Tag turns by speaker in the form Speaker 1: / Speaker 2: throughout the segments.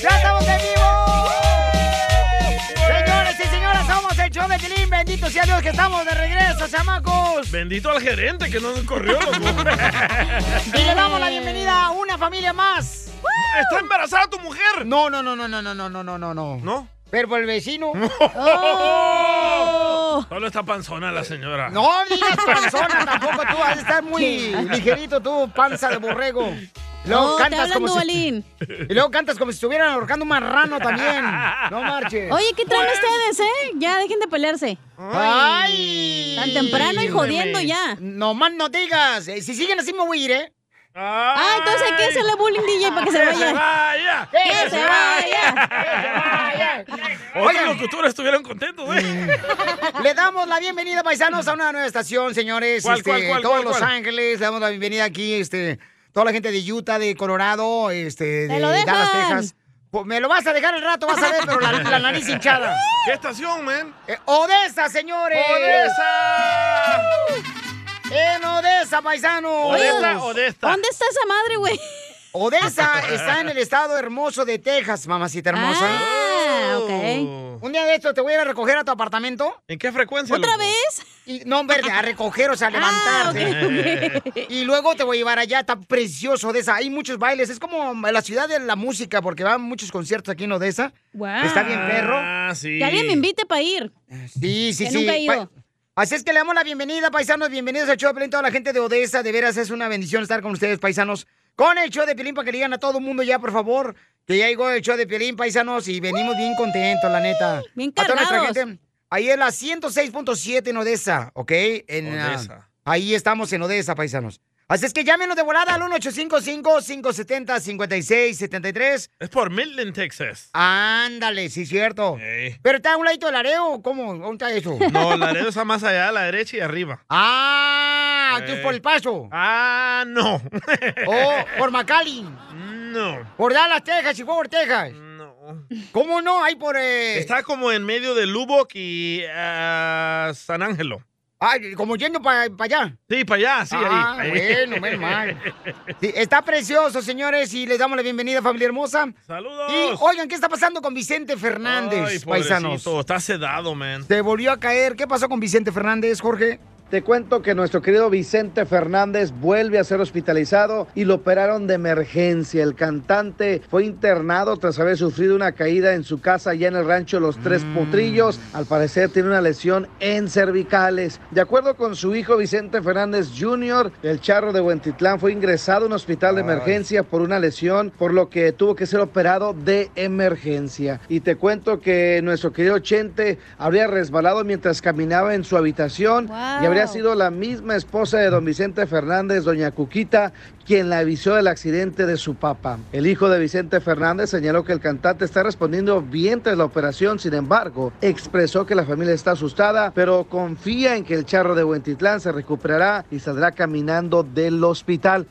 Speaker 1: ¡Ya estamos en vivo! Señores y señoras, somos el show de Pilín. Bendito sea Dios que estamos de regreso, chamacos.
Speaker 2: Bendito al gerente que no nos corrió, loco.
Speaker 1: Y le damos la bienvenida a una familia más.
Speaker 2: ¿Está embarazada tu mujer?
Speaker 1: No, no, no, no, no, no, no, no, no, no, no.
Speaker 2: ¿No?
Speaker 1: Pero por el vecino. Oh.
Speaker 2: Solo está panzona la señora.
Speaker 1: No digas panzona tampoco tú, has de estar muy ligerito tú, panza de borrego. Luego
Speaker 3: No, te
Speaker 1: cantas
Speaker 3: hablan,
Speaker 1: como si,
Speaker 3: Duvalín.
Speaker 1: y luego cantas como si estuvieran ahorcando un marrano también. No marches.
Speaker 3: Oye, ¿qué traen ustedes, eh? Ya dejen de pelearse.
Speaker 1: ¡Ay!
Speaker 3: Tan temprano y jodiendo ya.
Speaker 1: No más no digas. Eh, Si siguen así me voy a ir, ¿eh?
Speaker 3: Ah,
Speaker 2: Ah,
Speaker 3: entonces hay que hacerle bullying DJ para que se vaya.
Speaker 2: vaya!
Speaker 3: ¡Que se vaya!
Speaker 2: Oye,
Speaker 1: Oigan.
Speaker 2: los locutores estuvieron contentos, ¿eh?
Speaker 1: Le damos la bienvenida, paisanos, a una nueva estación, señores.
Speaker 2: ¿Cuál,
Speaker 1: este,
Speaker 2: cuál, cuál,
Speaker 1: todos
Speaker 2: cuál,
Speaker 1: Los
Speaker 2: cuál?
Speaker 1: Ángeles, le damos la bienvenida aquí, este, toda la gente de Utah, de Colorado, este, de
Speaker 3: lo dejan!
Speaker 1: Dallas, Texas. Po- me lo vas a dejar el rato, vas a ver, pero la, la nariz hinchada.
Speaker 2: ¿Qué estación, man?
Speaker 1: Eh, Odessa, señores.
Speaker 2: ¡Odessa!
Speaker 1: En Odessa, paisanos.
Speaker 2: Odessa, Odessa.
Speaker 3: ¿Dónde está esa madre, güey?
Speaker 1: Odessa está en el estado hermoso de Texas, mamacita hermosa.
Speaker 3: Ah, ok.
Speaker 2: Oh.
Speaker 1: Un día de esto te voy a ir a recoger a tu apartamento.
Speaker 2: ¿En qué frecuencia?
Speaker 3: ¿Otra
Speaker 2: loco?
Speaker 3: vez?
Speaker 1: Y, no, verde, a recoger, o sea, a
Speaker 3: Ah,
Speaker 1: levantarte. Y luego te voy a llevar allá, está precioso Odessa. Hay muchos bailes, es como la ciudad de la música, porque van muchos conciertos aquí en Odessa.
Speaker 3: Wow.
Speaker 1: Está bien, perro.
Speaker 2: Ah, sí.
Speaker 3: Que alguien me invite para ir.
Speaker 1: Sí, sí,
Speaker 3: Que
Speaker 1: sí.
Speaker 3: nunca he ido.
Speaker 1: Pa- Así es que le damos la bienvenida, paisanos. Bienvenidos al show de Pelín, toda la gente de Odessa. De veras, es una bendición estar con ustedes, paisanos. Con el show de Pelín, para que le digan a todo el mundo ya, por favor, que ya llegó el show de Pelín, paisanos, y venimos bien contentos, la neta.
Speaker 3: Bien
Speaker 1: A toda nuestra
Speaker 3: cargados.
Speaker 1: gente. Ahí es la 106.7 en Odessa, ¿ok? En, ah,
Speaker 2: Odessa.
Speaker 1: ahí estamos en Odessa, paisanos. Así es que llámenos de volada al 1855-570-5673.
Speaker 2: Es por Midland, Texas.
Speaker 1: Ándale, sí, cierto.
Speaker 2: Ey.
Speaker 1: ¿Pero está a un ladito del areo? ¿Cómo? ¿Dónde está eso?
Speaker 2: No, Laredo está más allá, a la derecha y arriba.
Speaker 1: Ah, tú
Speaker 2: Ey.
Speaker 1: por el paso.
Speaker 2: Ah, no.
Speaker 1: O por McAllen.
Speaker 2: No.
Speaker 1: Oh. Por Dallas, Texas y por Texas.
Speaker 2: No.
Speaker 1: ¿Cómo no? Hay por... eh,
Speaker 2: Está como en medio de Lubbock y ah, San Ángelo.
Speaker 1: ay, como yendo para allá.
Speaker 2: Sí, para allá, sí,
Speaker 1: ah,
Speaker 2: ahí. ahí.
Speaker 1: bueno, menos mal. Sí, está precioso, señores, y les damos la bienvenida, familia hermosa.
Speaker 2: Saludos.
Speaker 1: Y oigan, ¿qué está pasando con Vicente Fernández,
Speaker 2: Ay,
Speaker 1: paisanos?
Speaker 2: pobrecito, Está sedado, man.
Speaker 1: Se volvió a caer. ¿Qué pasó con Vicente Fernández, Jorge?
Speaker 4: Te cuento que nuestro querido Vicente Fernández vuelve a ser hospitalizado y lo operaron de emergencia. El cantante fue internado tras haber sufrido una caída en su casa allá en el rancho Los Tres
Speaker 1: Mm.
Speaker 4: Potrillos. Al parecer tiene una lesión en cervicales. De acuerdo con su hijo Vicente Fernández Jr., el charro de Huentitlán fue ingresado a un hospital de emergencia por una lesión, por lo que tuvo que ser operado de emergencia. Y te cuento que nuestro querido Chente habría resbalado mientras caminaba en su habitación y
Speaker 3: Wow.
Speaker 4: habría sido sido la misma esposa de don Vicente Fernández, doña Cuquita, quien la avisó del accidente de su papá. El hijo de Vicente Fernández señaló que el cantante está respondiendo bien tras la operación, sin embargo, expresó que la familia está asustada, pero confía en que el charro de Huentitlán se recuperará y saldrá caminando del hospital.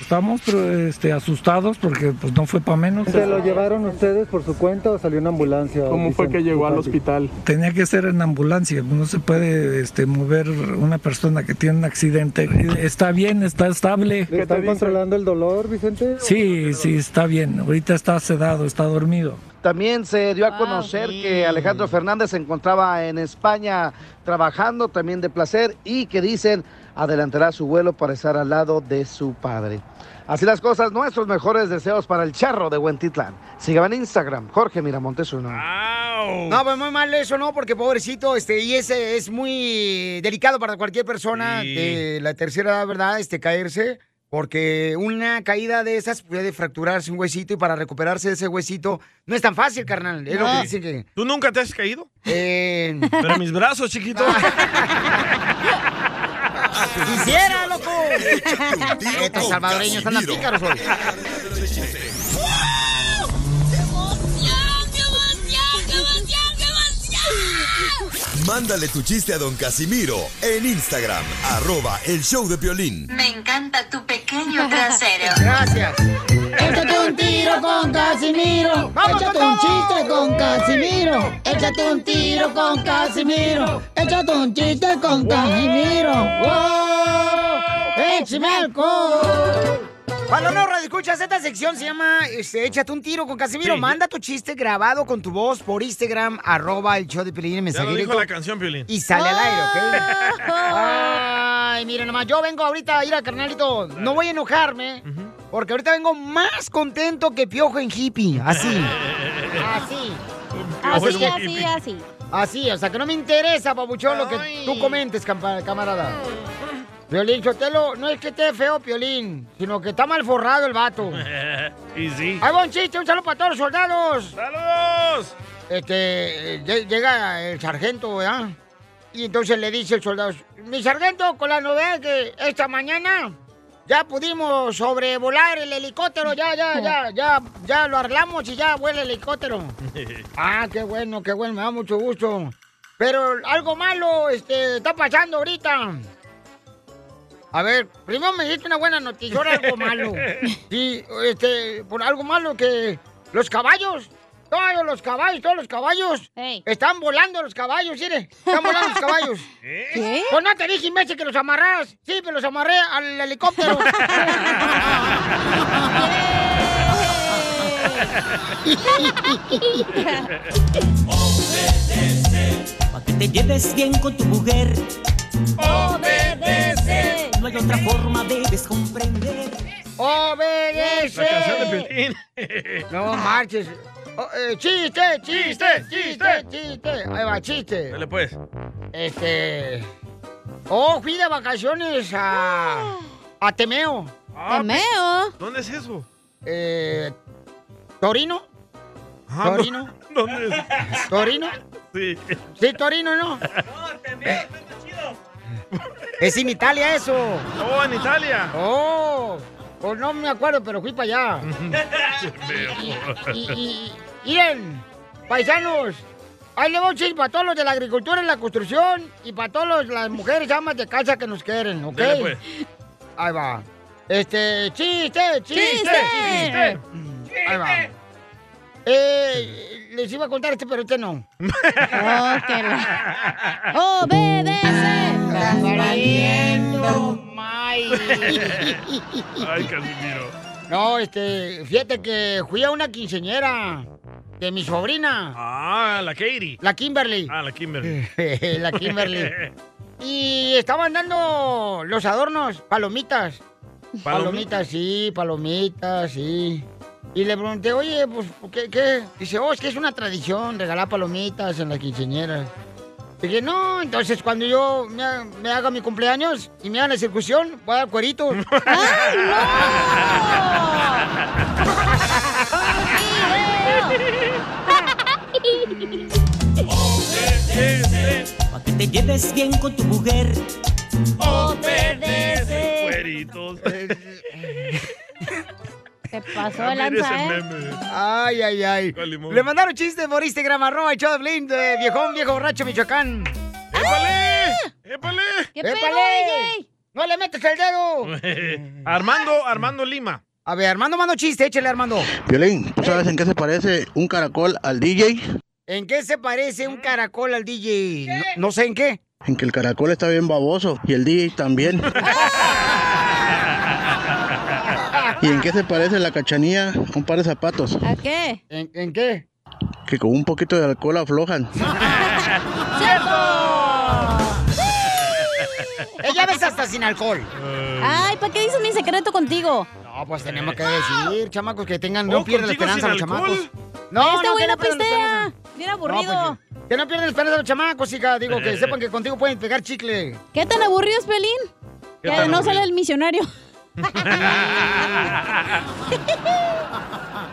Speaker 5: Estamos pero, este, asustados porque pues no fue para menos.
Speaker 6: ¿Se lo llevaron ustedes por su cuenta o salió una ambulancia?
Speaker 7: ¿Cómo fue que llegó al hospital?
Speaker 5: Tenía que ser en ambulancia, no se puede este, mover una persona que tiene un accidente. Está bien, está estable.
Speaker 7: ¿Qué te
Speaker 6: ¿Están
Speaker 7: dice?
Speaker 6: controlando el dolor, Vicente?
Speaker 5: Sí, sí, está bien. Ahorita está sedado, está dormido.
Speaker 4: También se dio a
Speaker 3: Wow.
Speaker 6: Ah,
Speaker 4: conocer que Alejandro Fernández se encontraba en España trabajando también de placer y que dicen adelantará su vuelo para estar al lado de su padre. Así las cosas, nuestros mejores deseos para el charro de Huentitlán. Síganme en Instagram, Jorge Miramontes uno.
Speaker 2: ¡Au!
Speaker 1: No, pues muy mal eso, ¿no? Porque pobrecito, este, y ese es muy delicado para cualquier persona
Speaker 2: Sí.
Speaker 1: de la tercera edad, ¿verdad? Este, caerse. Porque una caída de esas puede fracturarse un huesito y para recuperarse de ese huesito no es tan fácil, carnal. Es lo que
Speaker 3: No.
Speaker 1: dicen que.
Speaker 2: ¿Tú nunca te has caído?
Speaker 1: eh,
Speaker 2: Pero mis brazos, chiquito.
Speaker 1: ¡Quisiera, loco! Estos
Speaker 8: con
Speaker 1: salvadoreños están
Speaker 8: Casimiro.
Speaker 1: pícaros hoy.
Speaker 8: Mándale tu chiste a don Casimiro en Instagram, arroba el show de violín.
Speaker 9: Me encanta tu pequeño trasero.
Speaker 1: Gracias.
Speaker 10: Échate un tiro con Casimiro.
Speaker 1: ¡Vamos
Speaker 10: Échate
Speaker 1: con
Speaker 10: un
Speaker 1: todo!
Speaker 10: chiste con Casimiro. Échate un tiro con Casimiro. Échate un chiste con Casimiro. ¡Wow!
Speaker 1: ¡Eh,
Speaker 10: ¡Échame alcohol!
Speaker 1: Paloma, Radio Escuchas, esta sección se llama este, Échate un tiro con Casimiro.
Speaker 2: Sí.
Speaker 1: Manda tu chiste grabado con tu voz por Instagram, arroba el show de Piolín, en
Speaker 2: Ya
Speaker 1: mensaje
Speaker 2: lo dijo
Speaker 1: directo,
Speaker 2: la canción, Ah. Piolín.
Speaker 1: Y sale al aire, ¿ok? Ay, mira nomás, yo vengo ahorita a ir a carnalito. No voy a enojarme, porque ahorita vengo más contento que piojo en hippie. Así, así,
Speaker 3: Ah, Así, así, así.
Speaker 1: así. O sea, que no me interesa, papuchón, lo que tú comentes, campa- camarada.
Speaker 3: Mm.
Speaker 1: Piolín Chotelo, no es que esté feo, Piolín, sino que está mal forrado el vato.
Speaker 2: y sí.
Speaker 1: Ahí va un chiste, un saludo para todos los soldados.
Speaker 2: ¡Saludos!
Speaker 1: Este, lle- llega el sargento, ¿verdad? Y entonces le dice el soldado, mi sargento, con la novedad que esta mañana ya pudimos sobrevolar el helicóptero, ya, ya, ya, ya, ya lo arreglamos y ya vuela el helicóptero. Ah, qué bueno, qué bueno, me da mucho gusto. Pero algo malo, este, está pasando ahorita. A ver, primero me dijiste una buena noticia, ahora algo malo. Sí, este, por algo malo que los caballos, todos los caballos, todos los caballos,
Speaker 3: Ey.
Speaker 1: están volando los caballos, mire, están volando los caballos.
Speaker 3: ¿Qué?
Speaker 1: Pues no te dije, imbécil, que los amarraras. Sí, pero los amarré al helicóptero.
Speaker 7: Pa' que te lleves bien con tu mujer.
Speaker 3: Obedece.
Speaker 7: No hay otra forma, debes comprender.
Speaker 2: La canción de
Speaker 1: Obedece.
Speaker 2: Piolín.
Speaker 1: No marches. Oh, eh, chiste, chiste, chiste, chiste. Ahí va, chiste.
Speaker 2: Dale pues.
Speaker 1: Este. Oh, fui de vacaciones a. a Temeo.
Speaker 2: Ah,
Speaker 3: Cameo.
Speaker 2: ¿Dónde es eso?
Speaker 1: Eh, Torino.
Speaker 2: Ah, no.
Speaker 1: Torino.
Speaker 2: ¿Dónde es?
Speaker 1: Torino.
Speaker 2: Sí.
Speaker 1: Sí, Torino, ¿no? No, Temeo, Es en Italia eso.
Speaker 2: Oh, en Italia.
Speaker 1: Oh. Pues no me acuerdo, pero fui para allá. Y, y- y- miren, paisanos. Ahí le va un chiste para todos los de la agricultura y la construcción y para todas las mujeres amas de casa que nos quieren, ¿ok?
Speaker 2: Dale pues.
Speaker 1: Ahí va. Este, chiste, chiste,
Speaker 3: Chiste.
Speaker 1: chiste. Ahí va. Eh, les iba a contar este, pero este no.
Speaker 3: Oh, qué la... Obedece.
Speaker 2: Ay, Casimiro.
Speaker 1: No, este, fíjate que fui a una quinceñera de mi sobrina,
Speaker 2: Ah, la Katie.
Speaker 1: la Kimberly. Eh.
Speaker 2: Ah, la Kimberly.
Speaker 1: la Kimberly. Y estaban dando los adornos, palomitas.
Speaker 2: Palomita.
Speaker 1: Palomitas, sí, palomitas, sí. Y le pregunté, oye, pues, ¿qué, qué? Dice, oh, es que es una tradición regalar palomitas en las quinceañeras. Dije, no, entonces cuando yo me, ha- me haga mi cumpleaños y me hagan la circuncisión, voy a dar ¡Ah! cuerito.
Speaker 7: Pa' que te lleves bien con tu mujer.
Speaker 2: Cueritos.
Speaker 3: Te pasó de
Speaker 2: Ah, mira ese
Speaker 3: lanza, ¿eh?
Speaker 2: meme.
Speaker 1: ay, ay, ay.
Speaker 2: Con limón.
Speaker 1: Le mandaron chistes por Instagram, arroba el show de Piolín, de viejón, viejo borracho, Michoacán.
Speaker 2: ¡Épale!
Speaker 3: ¡Ah!
Speaker 2: ¡Épale!
Speaker 3: ¿Qué pedo,
Speaker 1: ¡Épale!
Speaker 3: DJ?
Speaker 1: ¡No le metes el dedo!
Speaker 2: Armando, Armando Lima.
Speaker 1: A ver, Armando mando chiste, échale, Armando.
Speaker 11: Violín, ¿tú sabes en qué se parece un caracol al DJ?
Speaker 1: ¿En qué se parece
Speaker 2: Mm.
Speaker 1: un caracol al DJ? No- no sé en qué.
Speaker 11: En que el caracol está bien baboso y el DJ también. ¿Y en qué se parece la cachanía? a Un par de zapatos
Speaker 3: ¿A qué?
Speaker 1: ¿En, en qué?
Speaker 11: que con un poquito de alcohol aflojan.
Speaker 1: Ella ves hasta sin alcohol.
Speaker 2: Eh.
Speaker 3: Ay, ¿para qué dices mi secreto contigo?
Speaker 1: No, pues tenemos que decir, chamacos, que tengan, no
Speaker 2: Oh,
Speaker 1: pierdan la
Speaker 2: contigo
Speaker 1: esperanza los
Speaker 2: sin alcohol.
Speaker 1: chamacos. No,
Speaker 3: Este güey
Speaker 1: que
Speaker 3: no
Speaker 1: pierdan la
Speaker 3: pistea.
Speaker 1: esperanza.
Speaker 3: Bien
Speaker 1: No,
Speaker 3: aburrido.
Speaker 1: pues, que- que no pierdan la esperanza los chamacos, hija. Digo,
Speaker 2: Eh.
Speaker 1: que sepan que contigo pueden pegar chicle.
Speaker 3: ¿Qué tan aburrido es Pelín?
Speaker 2: ¿Qué
Speaker 3: Ya
Speaker 2: tan
Speaker 3: no
Speaker 2: aburrido?
Speaker 3: sale el misionario.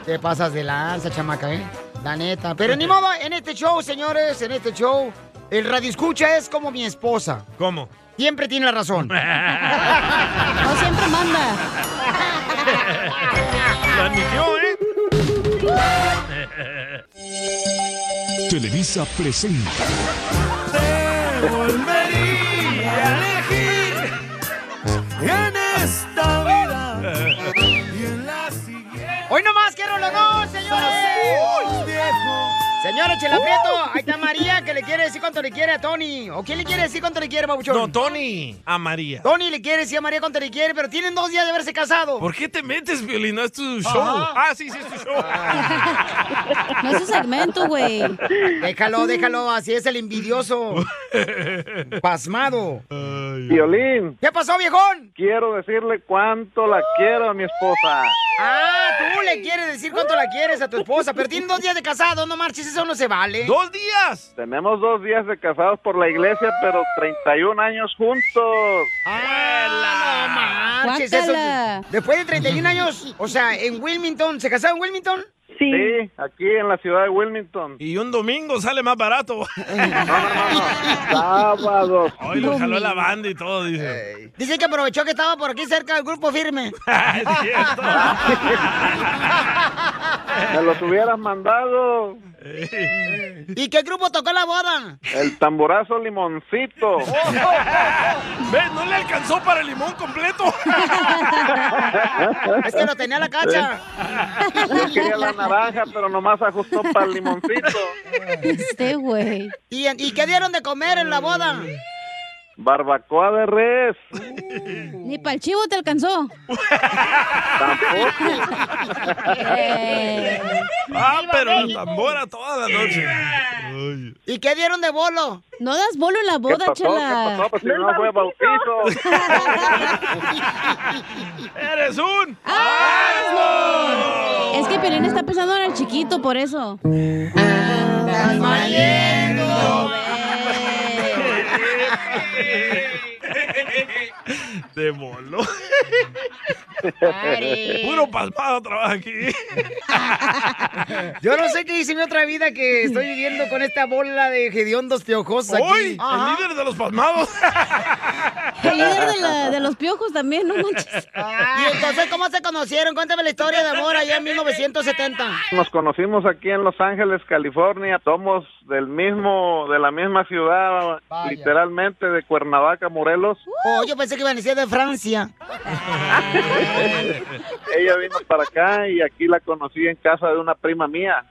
Speaker 1: Te pasas de lanza, chamaca, ¿eh? La neta. Pero ni modo, en este show, señores, en este show, el radio escucha es como mi esposa.
Speaker 2: ¿Cómo?
Speaker 1: Siempre tiene la razón.
Speaker 3: No siempre manda.
Speaker 2: Lo admitió, ¿eh?
Speaker 8: Televisa presenta.
Speaker 1: Hoy nomás quiero los dos, señores. Señora Chela Prieto, ahí está María que le quiere decir cuánto le quiere a Tony. ¿O quién le quiere decir cuánto le quiere, babuchón?
Speaker 2: No, Tony, a María.
Speaker 1: Tony le quiere decir a María cuánto le quiere, pero tienen dos días de haberse casado.
Speaker 2: ¿Por qué te metes, Violín? No es tu
Speaker 1: Ajá.
Speaker 2: show. Ah, sí, sí, es tu show.
Speaker 3: No es un segmento, güey.
Speaker 1: Déjalo, déjalo, así es el envidioso. Pasmado.
Speaker 12: Violín,
Speaker 1: ¿Qué pasó, viejón?
Speaker 12: quiero decirle cuánto la quiero a mi esposa.
Speaker 1: Ah, tú le quieres decir cuánto la quieres a tu esposa, pero tienen dos días de casado, no marches, eso no se vale.
Speaker 2: días?
Speaker 12: Tenemos dos días de casados por la iglesia, pero 31 años juntos.
Speaker 1: Ah, no marches, eso.
Speaker 12: Guácala.
Speaker 1: Después de 31 años, o sea, en Wilmington, ¿se casaron en Wilmington?
Speaker 12: Sí, aquí en la ciudad de Wilmington.
Speaker 2: Y un domingo sale más barato.
Speaker 12: Sábado.
Speaker 2: Hoy lo jaló la banda y todo,
Speaker 12: Eh.
Speaker 2: dice.
Speaker 1: Dice que aprovechó que estaba por aquí cerca del grupo firme.
Speaker 12: Me los hubieras mandado.
Speaker 1: ¿Y qué grupo tocó la boda?
Speaker 12: El tamborazo limoncito.
Speaker 2: ¿Ves? No le alcanzó para el limón completo.
Speaker 1: Es que lo tenía la cacha.
Speaker 12: Yo quería la naranja, pero nomás ajustó para el limoncito.
Speaker 3: Este güey.
Speaker 1: ¿Y, ¿Y qué dieron de comer en la boda?
Speaker 12: Barbacoa de res.
Speaker 3: Ni para el chivo te alcanzó. Eh,
Speaker 2: Ah,
Speaker 3: ¡Viva
Speaker 2: pero la
Speaker 3: México!
Speaker 2: tambora toda la noche.
Speaker 1: ¿Y qué dieron de bolo?
Speaker 3: No das bolo en la boda, chela.
Speaker 12: Pues si no fue bautizo.
Speaker 2: ¡Eres un!
Speaker 3: Es que Pelín está pensando en el chiquito, por eso.
Speaker 2: De bolo. Puro palmado trabaja aquí.
Speaker 1: Yo no sé qué hice en mi otra vida que estoy viviendo con esta bola de hediondos piojosos aquí.
Speaker 2: Hoy,
Speaker 1: Ajá.
Speaker 2: el líder de los palmados.
Speaker 3: El líder de, la- de los piojos también, no manches.
Speaker 1: ¿Y entonces cómo se conocieron? Cuéntame la historia de amor allá en 1970.
Speaker 12: Nos conocimos aquí en Los Ángeles, California. Somos del mismo, de la misma ciudad, literalmente de Cuernavaca, Morelos.
Speaker 1: Oh, yo pensé que iban a decir de Francia.
Speaker 12: Ella vino para acá y aquí la conocí en casa de una prima mía.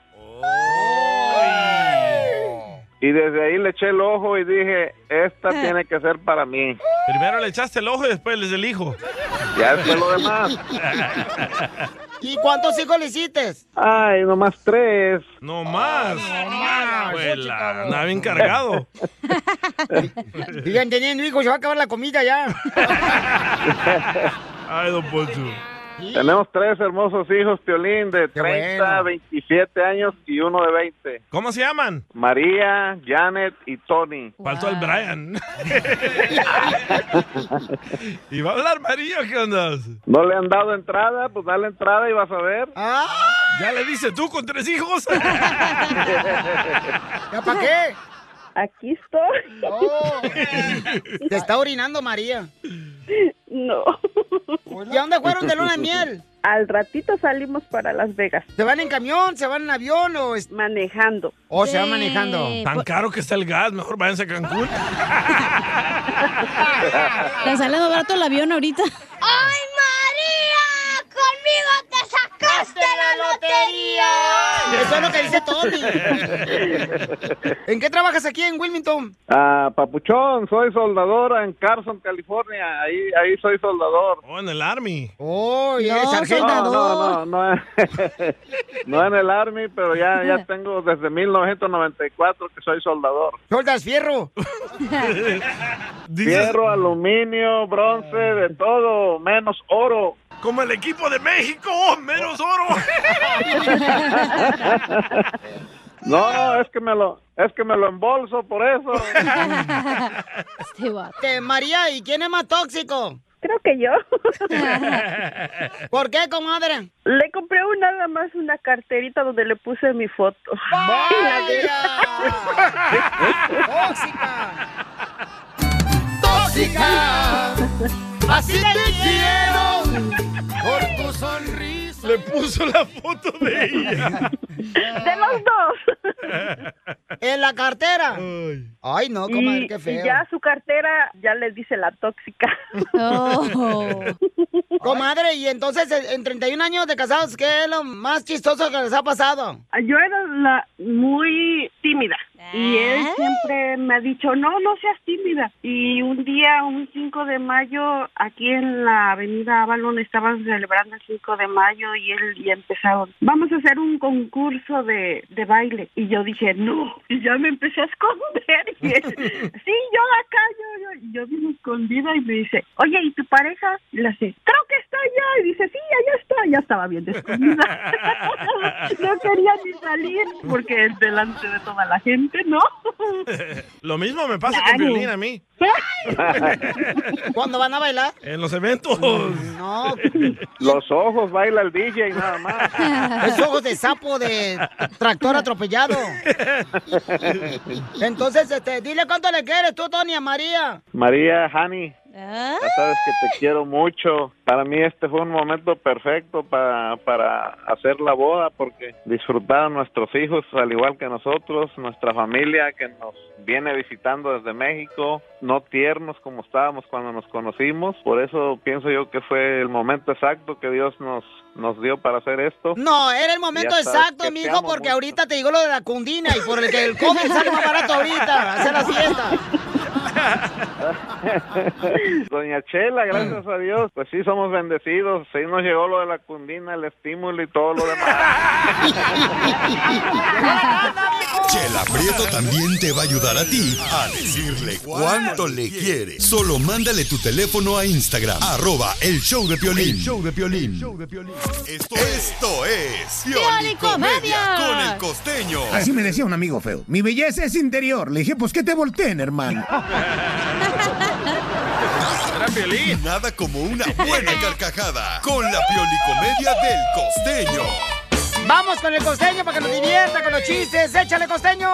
Speaker 12: Y desde ahí le eché el ojo y dije, esta tiene que ser para mí.
Speaker 2: Primero le echaste el ojo y después les el hijo.
Speaker 12: Ya después lo demás.
Speaker 1: ¿Y cuántos hijos le hiciste?
Speaker 12: Ay, nomás tres.
Speaker 2: No más. Abuela, andaba bien cargado.
Speaker 1: Sigan teniendo hijos, se va a acabar la comida ya.
Speaker 2: Ay, don Poncho.
Speaker 12: Tenemos tres hermosos hijos, Piolín, de 30,
Speaker 2: bueno.
Speaker 12: 27 años y uno de 20.
Speaker 2: ¿Cómo se llaman?
Speaker 12: María, Janet y Tony.
Speaker 2: Faltó el Brian. ¿Y va a hablar María o qué andas?
Speaker 12: ¿No le han dado entrada? Pues dale entrada y vas a ver.
Speaker 2: ¿Ya le dices tú con tres hijos?
Speaker 1: ¿Ya para qué?
Speaker 13: Aquí estoy.
Speaker 1: Oh. Te está orinando María.
Speaker 13: No.
Speaker 1: ¿Y a dónde fueron de luna de miel?
Speaker 13: Al ratito salimos para Las Vegas.
Speaker 1: ¿Se van en camión? ¿Se van en avión o...? es-
Speaker 13: Manejando.
Speaker 1: Oh, se va manejando.
Speaker 2: Tan caro que está el gas, mejor váyanse a Cancún.
Speaker 3: Le sale más barato el avión ahorita.
Speaker 10: ¡Ay, María! ¡Conmigo te sacaste la lotería!
Speaker 1: Eso es lo que dice
Speaker 10: pues.
Speaker 1: Tony. ¿En qué trabajas aquí en Wilmington?
Speaker 12: Ah, Papuchón, soy soldadora en Carson, California. Ahí, ahí soy soldador.
Speaker 2: Oh, en el Army.
Speaker 1: Oh, y eres
Speaker 3: No,
Speaker 1: sargento.
Speaker 12: No, no, no, no, no en el Army, pero ya, ya tengo desde 1994 que soy soldador.
Speaker 1: Soldas fierro.
Speaker 2: Dices,
Speaker 12: Hierro, aluminio, bronce, de todo, menos oro.
Speaker 2: Ah. como el equipo de México, menos oro.
Speaker 12: No, es que me lo, es que me lo embolso por eso.
Speaker 3: Este vato.
Speaker 1: Este, María, ¿y quién es más tóxico?
Speaker 13: Creo que yo.
Speaker 1: ¿Por qué, comadre?
Speaker 13: Le compré un- nada más una carterita donde le puse mi foto.
Speaker 1: ¡Tóxica! ¡Tóxica! ¡Así te quiero! Por tu sonrisa.
Speaker 2: Le puso la foto de ella.
Speaker 13: De los dos.
Speaker 1: en la cartera. Ay, no, comadre,
Speaker 13: y,
Speaker 1: qué feo.
Speaker 13: y ya su cartera ya les dice la tóxica.
Speaker 3: Oh.
Speaker 1: Comadre, y entonces eh, en 31 años de casados, ¿qué es lo más chistoso que les ha pasado?
Speaker 13: Yo era la muy tímida y él siempre me ha dicho, no, no seas tímida. Y un día, un 5 de mayo, aquí en la avenida Avalon estaban celebrando el 5 de mayo y él y empezaron, vamos a hacer un concurso de, de baile. Y yo dije, no, y ya me empecé a esconder. Y él, sí, yo acá, yo, yo, y yo vine escondida y me dice, oye, ¿y tu pareja? Y le hace, creo que está allá. Y dice, sí, allá está, ya estaba bien escondida. no quería ni salir porque es delante de toda la gente, ¿no?
Speaker 2: Lo mismo me pasa con
Speaker 13: Claro.
Speaker 2: Violín a mí.
Speaker 1: ¿Cuándo van a bailar?
Speaker 2: En los eventos.
Speaker 3: Ah.
Speaker 1: No,
Speaker 12: Los ojos baila el DJ nada más.
Speaker 1: es ojos de sapo de tractor atropellado. Entonces, este, dile cuánto le quieres tú, Tony, a María.
Speaker 12: María, Hani,
Speaker 3: ¿Ah?
Speaker 12: ya sabes que te quiero mucho. Para mí este fue un momento perfecto para, para hacer la boda porque disfrutaron nuestros hijos al igual que nosotros, nuestra familia que nos viene visitando desde México, no tiernos como estábamos cuando nos conocimos. Por eso pienso yo que fue el momento exacto que Dios nos, nos dio para hacer esto.
Speaker 1: No, era el momento
Speaker 12: Ya sabes que
Speaker 1: exacto,
Speaker 12: te
Speaker 1: mijo,
Speaker 12: amo
Speaker 1: porque
Speaker 12: mucho.
Speaker 1: ahorita te digo lo de la cundina y por el que el COVID sale más barato ahorita, hacer la fiesta.
Speaker 12: Doña Chela, gracias a Dios, pues sí somos bendecidos, sí nos llegó lo de la cundina, el estímulo y todo lo demás.
Speaker 8: Chela Prieto también te va a ayudar a ti a decirle cuánto le quiere. Solo mándale tu teléfono a Instagram, arroba el show de
Speaker 14: El
Speaker 8: Piolín. show de Esto, esto es Piolicomedia con el costeño.
Speaker 14: Así me decía un amigo feo. Mi belleza es interior. Le dije, pues que te volteen, hermano.
Speaker 8: Nada como una buena carcajada con la Piolicomedia del costeño.
Speaker 1: Vamos con el costeño para que nos divierta con los chistes. Échale costeño.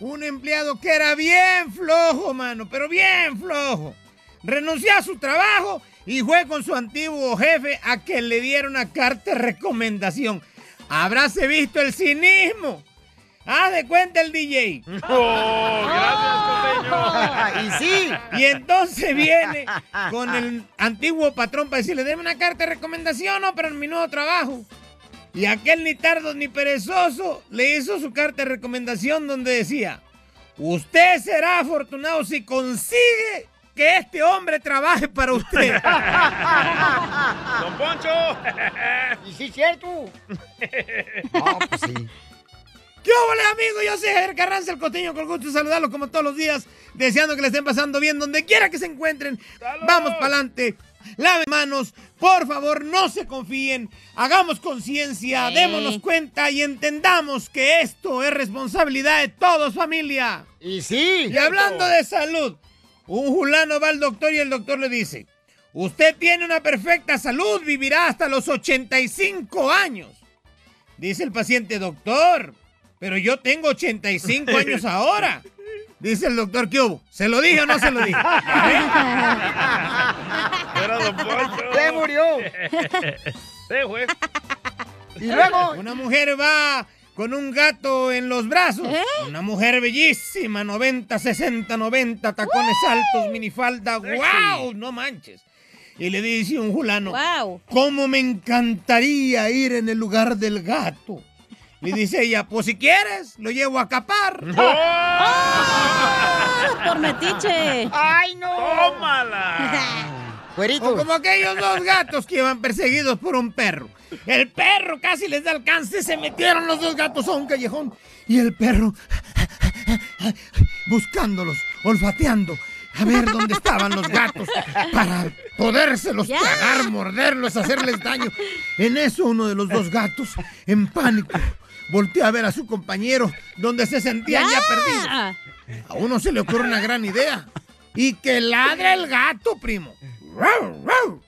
Speaker 14: Un empleado que era bien flojo, mano, pero bien flojo. Renunció a su trabajo y fue con su antiguo jefe a que le diera una carta de recomendación. Habráse visto el cinismo. Haz de cuenta el DJ.
Speaker 1: gracias,
Speaker 14: y sí. Y entonces viene con el antiguo patrón para decirle, deme una carta de recomendación, no, pero en mi nuevo trabajo. Y aquel ni tardo ni perezoso le hizo su carta de recomendación donde decía, usted será afortunado si consigue que este hombre trabaje para usted.
Speaker 2: ¡Don Poncho!
Speaker 1: ¿Y sí cierto?
Speaker 14: ¿Qué hola amigos? Yo soy Javier Carranza, el costeño, con gusto de saludarlos como todos los días, deseando que le estén pasando bien donde quiera que se encuentren. Vamos para adelante, laven manos, por favor, no se confíen, hagamos conciencia,
Speaker 15: Sí.
Speaker 14: démonos cuenta y entendamos que esto es responsabilidad de todos, familia.
Speaker 1: Y sí.
Speaker 14: Y hablando de salud, un fulano va al doctor y el doctor le dice, usted tiene una perfecta salud, vivirá hasta los 85 años. Dice el paciente, doctor, pero yo tengo 85 años ahora. Dice el doctor, ¿qué hubo? ¿Se lo dije o no se lo dije? ¿Eh?
Speaker 1: Se murió.
Speaker 2: Eh,
Speaker 14: Y luego. Una mujer va con un gato en los brazos. Una mujer bellísima, 90, 60, 90, tacones altos, minifalda. ¡Wow! No manches. Y le dice un fulano. ¡Wow! ¿Cómo me encantaría ir en el lugar del gato? Le dice ella, pues si quieres, lo llevo a capar. ¡Oh! ¡Por metiche!
Speaker 1: ¡Ay, no!
Speaker 2: ¡Tómala!
Speaker 14: O como aquellos dos gatos que iban perseguidos por un perro. El perro casi les da alcance, se metieron los dos gatos a un callejón y el perro buscándolos, olfateando, a ver dónde estaban los gatos para podérselos tragar, morderlos, hacerles daño. En eso uno de los dos gatos, en pánico, volteó a ver a su compañero donde se sentía ya perdido. A uno se le ocurre una gran idea. Y que ladra el gato, primo. ¡Rau, rau!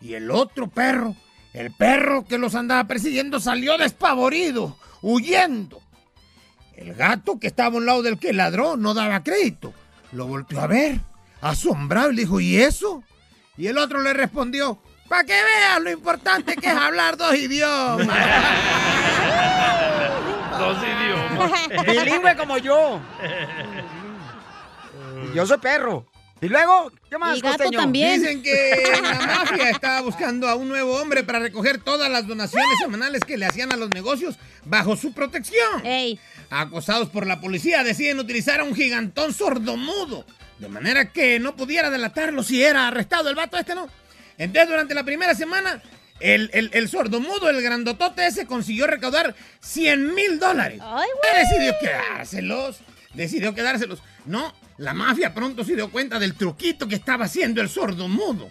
Speaker 14: Y el otro perro, el perro que los andaba persiguiendo, salió despavorido, huyendo. El gato que estaba a un lado del que ladró no daba crédito. Lo volteó a ver, asombrado, y le dijo, ¿y eso? Y el otro le respondió, para que veas lo importante que es hablar dos idiomas.
Speaker 2: dos idiomas.
Speaker 1: Bilingüe como yo. Yo soy perro. Y luego, ¿qué más,
Speaker 3: Y gato
Speaker 1: costeño?
Speaker 3: también.
Speaker 14: Dicen que la mafia estaba buscando a un nuevo hombre para recoger todas las donaciones semanales que le hacían a los negocios bajo su protección. Acosados por la policía, deciden utilizar a un gigantón sordomudo, de manera que no pudiera delatarlo si era arrestado. El vato este no. Entonces, durante la primera semana, el, el, el sordomudo, el grandotote ese, consiguió recaudar 100 mil dólares. Decidió quedárselos. Decidió quedárselos. No, la mafia pronto se dio cuenta del truquito que estaba haciendo el sordomudo.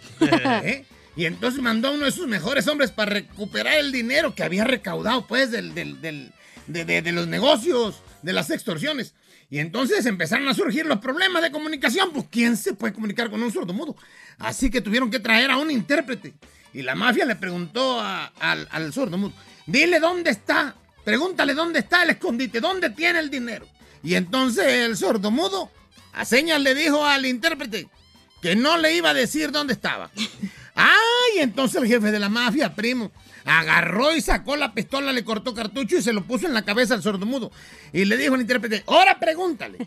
Speaker 14: ¿eh? Y entonces mandó a uno de sus mejores hombres para recuperar el dinero que había recaudado, pues, del, del- del- de, de- de los negocios, de las extorsiones. Y entonces empezaron a surgir los problemas de comunicación. Pues, ¿quién se puede comunicar con un sordomudo? Así que tuvieron que traer a un intérprete. Y la mafia le preguntó a- al, al sordomudo, dile dónde está, pregúntale dónde está el escondite, dónde tiene el dinero. Y entonces el sordomudo a señas le dijo al intérprete que no le iba a decir dónde estaba. Ay, entonces el jefe de la mafia, primo, agarró y sacó la pistola, le cortó cartucho y se lo puso en la cabeza al sordomudo. Y le dijo al intérprete, ahora pregúntale,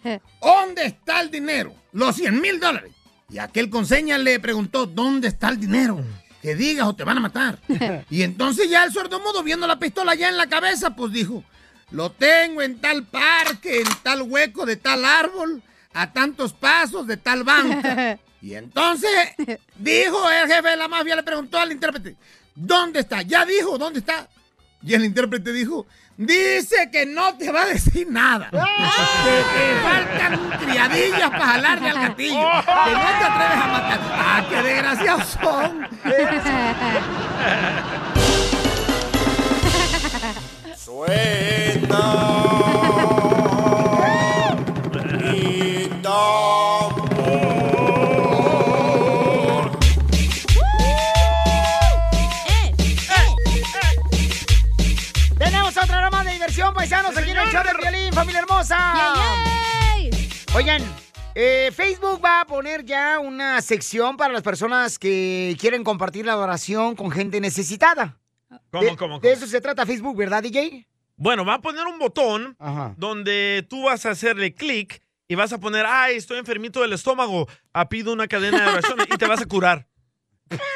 Speaker 14: ¿dónde está el dinero? Los 100 mil dólares. Y aquel con señas le preguntó, ¿dónde está el dinero? Que digas o te van a matar. Y entonces ya el sordomudo, viendo la pistola ya en la cabeza, pues dijo, lo tengo en tal parque, en tal hueco de tal árbol, a tantos pasos de tal banca. Y entonces dijo el jefe de la mafia, le preguntó al intérprete, ¿dónde está? Ya dijo, ¿dónde está? Y el intérprete dijo, dice que no te va a decir nada. Que te faltan criadillas para jalarle al gatillo. Que no te atreves a matar. ¡Ah, qué desgraciados son!
Speaker 1: Tenemos otra rama de diversión, paisanos, aquí en el show de Piolín, familia hermosa. Oigan, eh, Facebook va a poner ya una sección para las personas que quieren compartir la oración con gente necesitada.
Speaker 2: ¿Cómo,
Speaker 1: de,
Speaker 2: cómo,
Speaker 1: De eso se trata Facebook, ¿verdad, DJ?
Speaker 2: Bueno, va a poner un botón donde tú vas a hacerle clic y vas a poner, ay, estoy enfermito del estómago, ah, pido una cadena de oración y te vas a curar.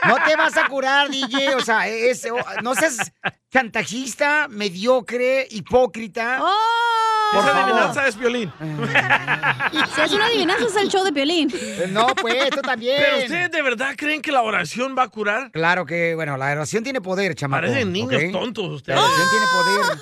Speaker 1: No te vas a curar, DJ. O sea, es- o- no seas chantajista, mediocre, hipócrita. Por favor.
Speaker 2: Esa
Speaker 1: Eh.
Speaker 2: adivinanza es violín.
Speaker 3: Ah, Si es una adivinanza, es el show de Piolín.
Speaker 1: No, pues, tú también.
Speaker 2: ¿Pero ustedes de verdad creen que la oración va a curar?
Speaker 1: Claro que, bueno, la oración tiene poder, chamaco.
Speaker 2: Parecen niños
Speaker 1: ¿ok?
Speaker 2: tontos ustedes.
Speaker 1: La oración tiene poder.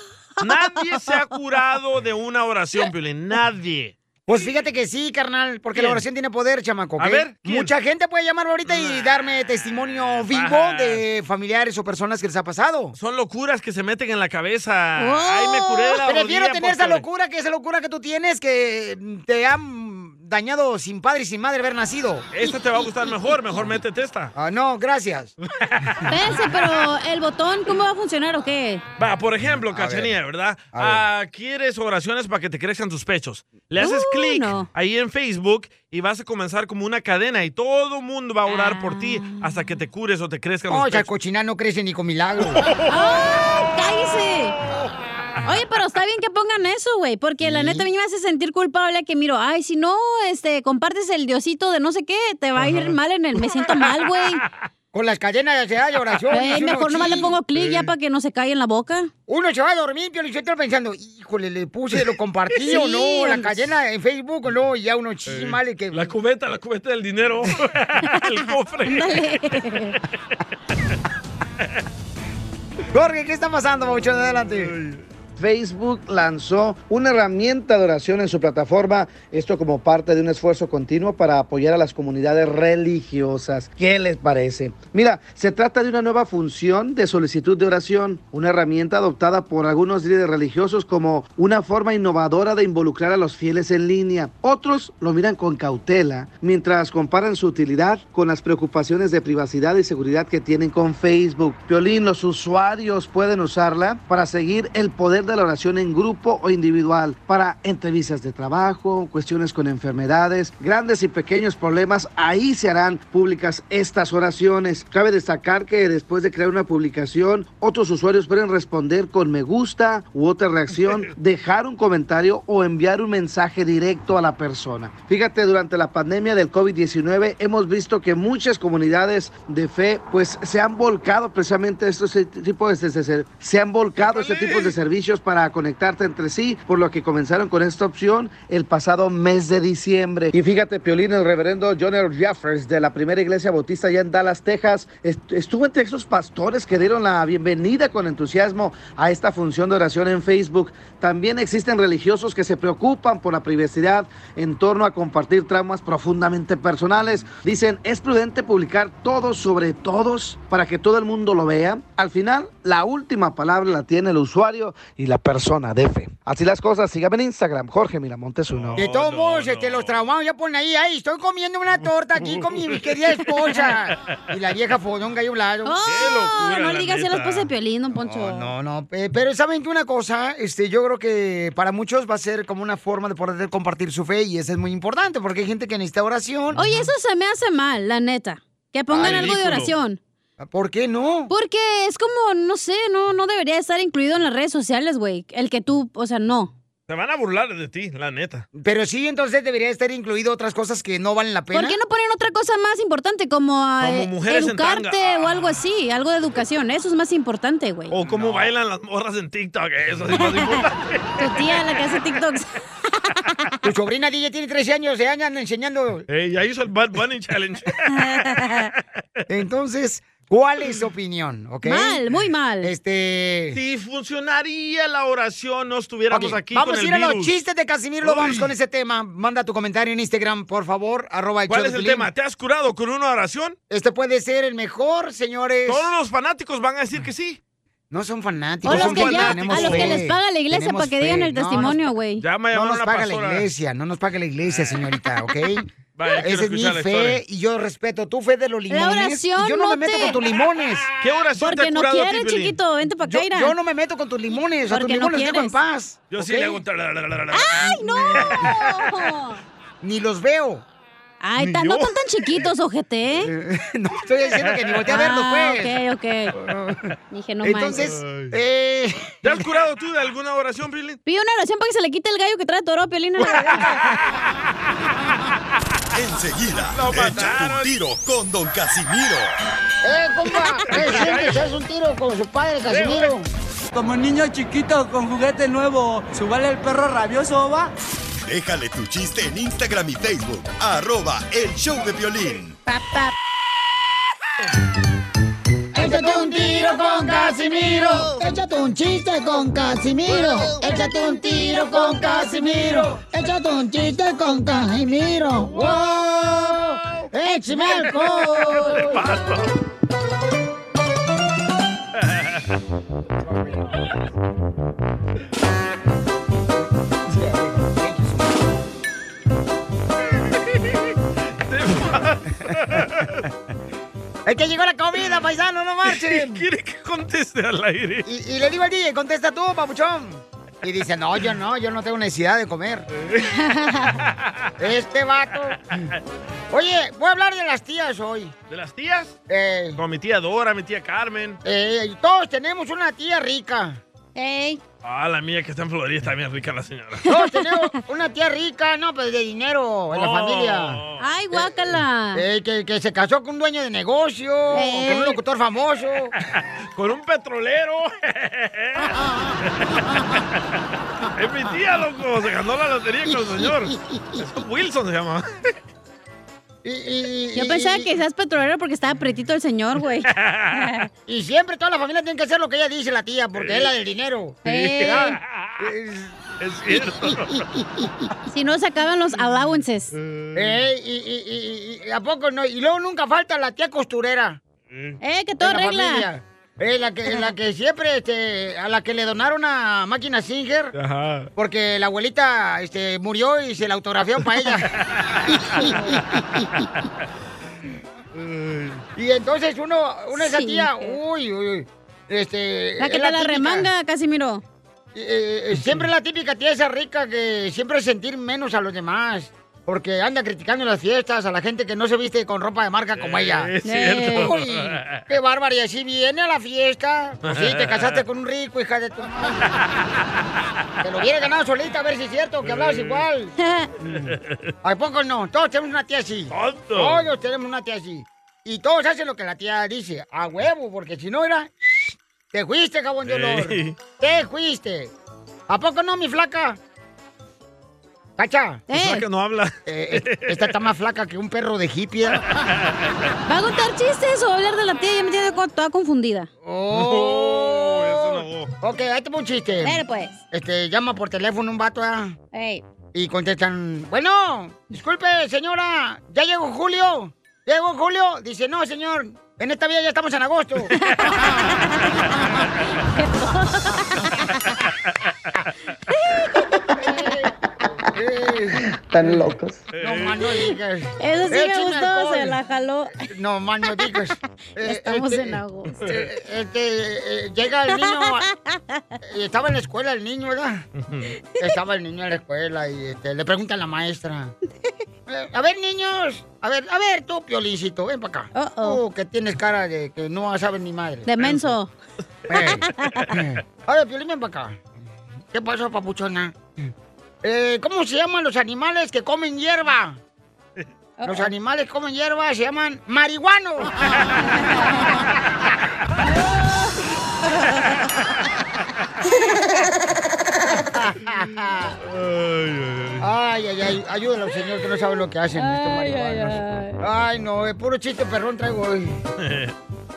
Speaker 2: Nadie se ha curado de una oración, Piolín. Nadie.
Speaker 1: Pues fíjate que sí, carnal, porque
Speaker 2: ¿Quién?
Speaker 1: la oración tiene poder, chamaco. ¿ok?
Speaker 2: A ver, ¿quién?
Speaker 1: mucha gente puede llamar ahorita y darme testimonio vivo
Speaker 2: baja.
Speaker 1: de familiares o personas que les ha pasado. Oh.
Speaker 2: Son locuras que se meten en la cabeza. Ay, me curé de la
Speaker 1: Prefiero
Speaker 2: rodilla
Speaker 1: tener esa
Speaker 2: porque-
Speaker 1: locura que esa locura que tú tienes que mm, te han dañado sin padre y sin madre haber nacido.
Speaker 2: Esta te va a gustar mejor, mejor métete esta.
Speaker 1: Ah, no, gracias.
Speaker 3: Espérense, pero el botón, ¿cómo va a funcionar o qué?
Speaker 2: Va, por ejemplo, Cachanía, ¿verdad? Ah, quieres oraciones para que te crezcan tus pechos. Le haces
Speaker 3: Uh,
Speaker 2: clic
Speaker 3: no.
Speaker 2: ahí en Facebook y vas a comenzar como una cadena y todo mundo va a orar por ti hasta que te cures o te crezcan los
Speaker 1: Oye,
Speaker 2: pechos.
Speaker 1: esa cochina Ah. no crece ni con milagro.
Speaker 3: ¡Ah! ¡Cállese! Oye, pero está bien que pongan eso, güey, porque la neta a mí me hace sentir culpable que miro, ay, si no, este, compartes el diosito de no sé qué, te va a ir mal en el, me siento mal, güey.
Speaker 1: Con las cadenas de ansiedad y oración.
Speaker 3: Güey,
Speaker 1: dice uno,
Speaker 3: Eh, mejor nomás
Speaker 1: sí.
Speaker 3: le pongo clic ya para que no se caiga en la boca.
Speaker 1: Uno se va a dormir, Pio Lichotero, pensando, híjole, pues, le puse, lo compartí
Speaker 3: Sí,
Speaker 1: o no, la
Speaker 3: hombre.
Speaker 1: cadena en Facebook o no, y ya uno chimale que...
Speaker 2: La cubeta, la cubeta del dinero. el cofre.
Speaker 1: Jorge, ¿qué está pasando, Mauchón? Adelante.
Speaker 4: Facebook lanzó una herramienta de oración en su plataforma, esto como parte de un esfuerzo continuo para apoyar a las comunidades religiosas. ¿Qué les parece? Mira, se trata de una nueva función de solicitud de oración, una herramienta adoptada por algunos líderes religiosos como una forma innovadora de involucrar a los fieles en línea. Otros lo miran con cautela, mientras comparan su utilidad con las preocupaciones de privacidad y seguridad que tienen con Facebook. Piolín, los usuarios pueden usarla para seguir el poder de la oración en grupo o individual para entrevistas de trabajo, cuestiones con enfermedades, grandes y pequeños problemas. Ahí se harán públicas estas oraciones. Cabe destacar que después de crear una publicación, otros usuarios pueden responder con me gusta u otra reacción, dejar un comentario o enviar un mensaje directo a la persona. Fíjate, durante la pandemia del COVID-19 hemos visto que muchas comunidades de fe pues se han volcado precisamente a estos tipos de, se, se han volcado a este tipo de servicios para conectarte entre sí, por lo que comenzaron con esta opción el pasado mes de diciembre. Y fíjate, Piolín, el reverendo John L. Jeffers de la primera iglesia bautista allá en Dallas, Texas, est- estuvo entre esos pastores que dieron la bienvenida con entusiasmo a esta función de oración en Facebook. También existen religiosos que se preocupan por la privacidad en torno a compartir traumas profundamente personales. Dicen, es prudente publicar todo sobre todos para que todo el mundo lo vea. Al final, la última palabra la tiene el usuario y la persona de fe. Así las cosas, síganme en Instagram, Jorge Miramontes uno.
Speaker 1: De todos modos, este, los traumados ya ponen ahí, ahí, estoy comiendo una torta aquí con mi querida esposa. Y la vieja fodonga ahí a un lado.
Speaker 3: Oh, no le digas a la esposa de Piolín, don Poncho.
Speaker 1: No, no, eh, pero saben que una cosa, este, yo creo que para muchos va a ser como una forma de poder compartir su fe y eso es muy importante porque hay gente que necesita oración.
Speaker 3: Oye, eso se me hace mal, la neta. Que pongan
Speaker 1: Ah,
Speaker 3: algo de
Speaker 1: ridículo.
Speaker 3: oración.
Speaker 1: ¿Por qué no?
Speaker 3: Porque es como, no sé, no, no debería estar incluido en las redes sociales, güey. El que tú, o sea, no.
Speaker 2: Se van a burlar de ti, la neta.
Speaker 1: Pero sí, entonces debería estar incluido otras cosas que no valen la pena.
Speaker 3: ¿Por qué no ponen otra cosa más importante como, ah,
Speaker 1: Como
Speaker 3: eh,
Speaker 1: mujeres en
Speaker 3: educarte
Speaker 1: tanga.
Speaker 3: o algo así? Algo de educación. Eso es más importante, güey.
Speaker 2: O cómo bailan las morras en TikTok, eso sí más importante.
Speaker 3: Tu tía, la que hace TikToks.
Speaker 1: Tu sobrina DJ tiene 13 años, se andan enseñando.
Speaker 2: Ey, ya hizo el Bad Bunny Challenge.
Speaker 1: Entonces, ¿cuál es su opinión? ¿Ok?
Speaker 2: Mal,
Speaker 1: muy mal. Este.
Speaker 2: Si funcionaría la oración, no estuviéramos
Speaker 1: Ok,
Speaker 2: aquí
Speaker 1: vamos a
Speaker 2: con
Speaker 1: ir
Speaker 2: el
Speaker 1: a los
Speaker 2: virus.
Speaker 1: chistes de Casimiro,
Speaker 2: Uy.
Speaker 1: vamos con ese tema. Manda tu comentario en Instagram, por favor, arroba
Speaker 2: ¿Cuál
Speaker 1: show de
Speaker 2: es el
Speaker 1: Piolín.
Speaker 2: tema? ¿Te has curado con una oración?
Speaker 1: Este puede ser el mejor, señores.
Speaker 2: Todos los fanáticos van a decir que sí.
Speaker 1: No son fanáticos.
Speaker 3: O los
Speaker 1: son
Speaker 3: que
Speaker 1: gente
Speaker 3: ya-
Speaker 1: tenemos
Speaker 3: a los que
Speaker 1: fe.
Speaker 3: les paga la iglesia
Speaker 1: Tenemos
Speaker 3: para que digan
Speaker 1: fe.
Speaker 3: el
Speaker 1: No, nos-
Speaker 3: testimonio, güey.
Speaker 1: No nos paga la iglesia, no nos paga la iglesia, señorita, ¿ok?
Speaker 2: Vaya, quiero
Speaker 1: Esa es mi
Speaker 2: escuchar la
Speaker 1: fe
Speaker 2: historia.
Speaker 1: y yo respeto tu fe de los limones.
Speaker 3: oración
Speaker 1: y yo no,
Speaker 3: no
Speaker 1: me meto
Speaker 3: te-
Speaker 1: con tus limones.
Speaker 2: ¿Qué oración
Speaker 3: Porque no quieres, chiquito. Vente para
Speaker 1: Yo,
Speaker 3: acá, mira.
Speaker 1: yo no me meto con tus limones, a tus
Speaker 3: Porque no
Speaker 1: limones los dejo en
Speaker 3: quieres.
Speaker 1: paz.
Speaker 2: Yo sí
Speaker 1: ¿ok?
Speaker 2: le hago un tra- la- la- la- la- la-
Speaker 3: ¡Ay, no!
Speaker 1: Ni los veo.
Speaker 3: Ay,
Speaker 1: Ni
Speaker 3: tan- no
Speaker 1: yo.
Speaker 3: están tan chiquitos, ojete. ¿eh?
Speaker 1: no, estoy diciendo que ni volteé a verlo, pues.
Speaker 3: Ah, ok, ok. Dije, no
Speaker 1: Entonces, eh,
Speaker 3: manches.
Speaker 2: ¿Te has curado tú de alguna oración, Pilín?
Speaker 3: Pide una oración para que se le quite el gallo que trae toro, Piolín, a la garganta.
Speaker 8: Enseguida, échate un tiro con Don Casimiro.
Speaker 1: ¡Eh, compa! ¿Qué sientes? ¿Haz un tiro con su
Speaker 2: Eh,
Speaker 1: padre, Casimiro?
Speaker 15: Como niño chiquito con juguete nuevo, subale el perro rabioso, va.
Speaker 8: Déjale tu chiste en Instagram y Facebook, arroba e- el show de violín.
Speaker 10: Échate un tiro con Casimiro. Échate un chiste con Casimiro. Échate un tiro con Casimiro. Échate un chiste con Casimiro. ¡Wow! ¡Échame alcohol!
Speaker 1: Es que llegó la comida, paisano, no marchen.
Speaker 2: ¿Quiere que conteste al aire?
Speaker 1: Y, y le digo al DJ, contesta tú, papuchón. Y dice, no, yo no, yo no tengo necesidad de comer. este vato. Oye, voy a hablar de las tías hoy.
Speaker 2: ¿De las tías? Con mi tía Dora, mi tía Carmen.
Speaker 1: Eh, todos tenemos una tía rica.
Speaker 3: ¡Ey!
Speaker 2: Ah, la mía que está en Florida está bien rica la señora.
Speaker 1: Todos tenemos una tía rica, no, pues de dinero en la
Speaker 2: Oh.
Speaker 1: familia.
Speaker 3: Ay, guácala.
Speaker 1: Eh, que, que se casó con un dueño de negocio,
Speaker 3: Eh.
Speaker 1: con un locutor famoso.
Speaker 2: Con un petrolero. es mi tía, loco. Se ganó la lotería con el señor. Es Wilson se llama.
Speaker 1: Eh,
Speaker 3: Yo pensaba que seas petrolero porque estaba pretito el señor, güey.
Speaker 1: Y siempre toda la familia tiene que hacer lo que ella dice, la tía, porque es la del dinero.
Speaker 3: Eh.
Speaker 1: Ah,
Speaker 2: Es cierto.
Speaker 3: Si no, se acaban los allowances.
Speaker 1: eh, y, y- y- y- ¿A poco no? Y luego nunca falta la tía costurera.
Speaker 3: Eh, que todo
Speaker 1: En la
Speaker 3: arregla.
Speaker 1: familia. Eh, la que, la que siempre, este, a la que le donaron a máquina Singer,
Speaker 2: Ajá.
Speaker 1: porque la abuelita este, murió y se la autografiaron para ella. y entonces uno, una esa
Speaker 3: Sí,
Speaker 1: tía,
Speaker 3: mujer.
Speaker 1: uy, uy, uy, este.
Speaker 3: La que
Speaker 1: es
Speaker 3: te la
Speaker 1: típica.
Speaker 3: remanga, Casimiro.
Speaker 1: eh, eh, siempre la típica tía esa rica que siempre es sentir menos a los demás. Porque anda criticando en las fiestas a la gente que no se viste con ropa de marca como
Speaker 10: Eh,
Speaker 1: ella.
Speaker 10: es cierto.
Speaker 1: Uy, qué bárbara. Y así viene a la fiesta. Pues sí, te casaste con un rico, hija de tu madre. Te lo hubiera ganado solita, a ver si es cierto, que hablabas igual. ¿A poco no? Todos tenemos una tía así. Todos tenemos una tía así. Y todos hacen lo que la tía dice. A huevo, porque si no era... Te fuiste, jabón de olor.
Speaker 10: Ey.
Speaker 1: Te fuiste. ¿A poco no, mi flaca? Cacha.
Speaker 2: Mi flaca no habla.
Speaker 1: Eh, es- esta está más flaca que un perro de hippie. ¿eh?
Speaker 3: ¿Va a contar chistes o va a hablar de la tía? Ya me tiene co- toda confundida.
Speaker 1: Ok, ahí te pongo Oh, este un chiste.
Speaker 3: Dale, pues.
Speaker 1: Este, llama por teléfono un vato, ¿eh?
Speaker 3: Ey.
Speaker 1: Y contestan, bueno, disculpe, señora, ya llegó Julio. ¿Llegó Julio? Dice, no, señor, en esta vía ya estamos en agosto.
Speaker 16: Están locos.
Speaker 1: No más no digas. Eh,
Speaker 3: Eso sí me
Speaker 1: Écheme
Speaker 3: gustó,
Speaker 1: alcohol.
Speaker 3: se la jaló.
Speaker 1: No más no digas. Eh,
Speaker 3: Estamos
Speaker 1: este,
Speaker 3: en agosto.
Speaker 1: eh, este, eh, llega el niño. a- y estaba en la escuela el niño, ¿verdad? Estaba el niño en la escuela y este, le pregunta a la maestra. eh, a ver, niños. A ver, a ver, tú, Piolincito, ven para acá. Tú, Uh, que tienes cara de que no sabes ni madre.
Speaker 3: De menso.
Speaker 1: Eh. A ver, Piolín, ven para acá. ¿Qué pasó, papuchona? Eh, ¿Cómo se llaman los animales que comen hierba? Los animales que comen hierba se llaman marihuanos. Ay, ay, ay, ayúdalo, señor, que no sabe lo que hacen estos marihuanos. Ay, no, es puro chiste perrón traigo hoy.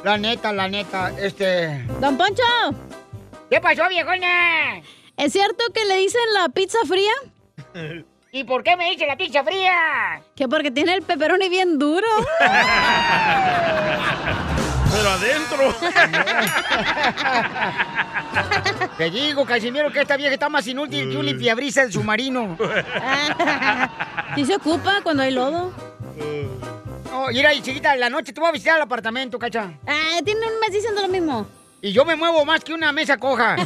Speaker 1: La neta, la neta, este...
Speaker 3: Don Poncho.
Speaker 1: ¿Qué pasó, viejona?
Speaker 3: ¿Es cierto que le dicen la pizza fría?
Speaker 1: ¿Y por qué me dice la pizza fría?
Speaker 3: Que porque tiene el pepperoni bien duro.
Speaker 2: Pero adentro.
Speaker 1: Te digo, Casimiro, que esta vieja está más inútil que un limpiabrisa del submarino.
Speaker 3: Sí se ocupa cuando hay lodo.
Speaker 1: No, Oh, mira, y chiquita, la noche tú vas a visitar el apartamento, cacha.
Speaker 3: Ah, tiene un mes diciendo lo mismo.
Speaker 1: Y yo me muevo más que una mesa coja.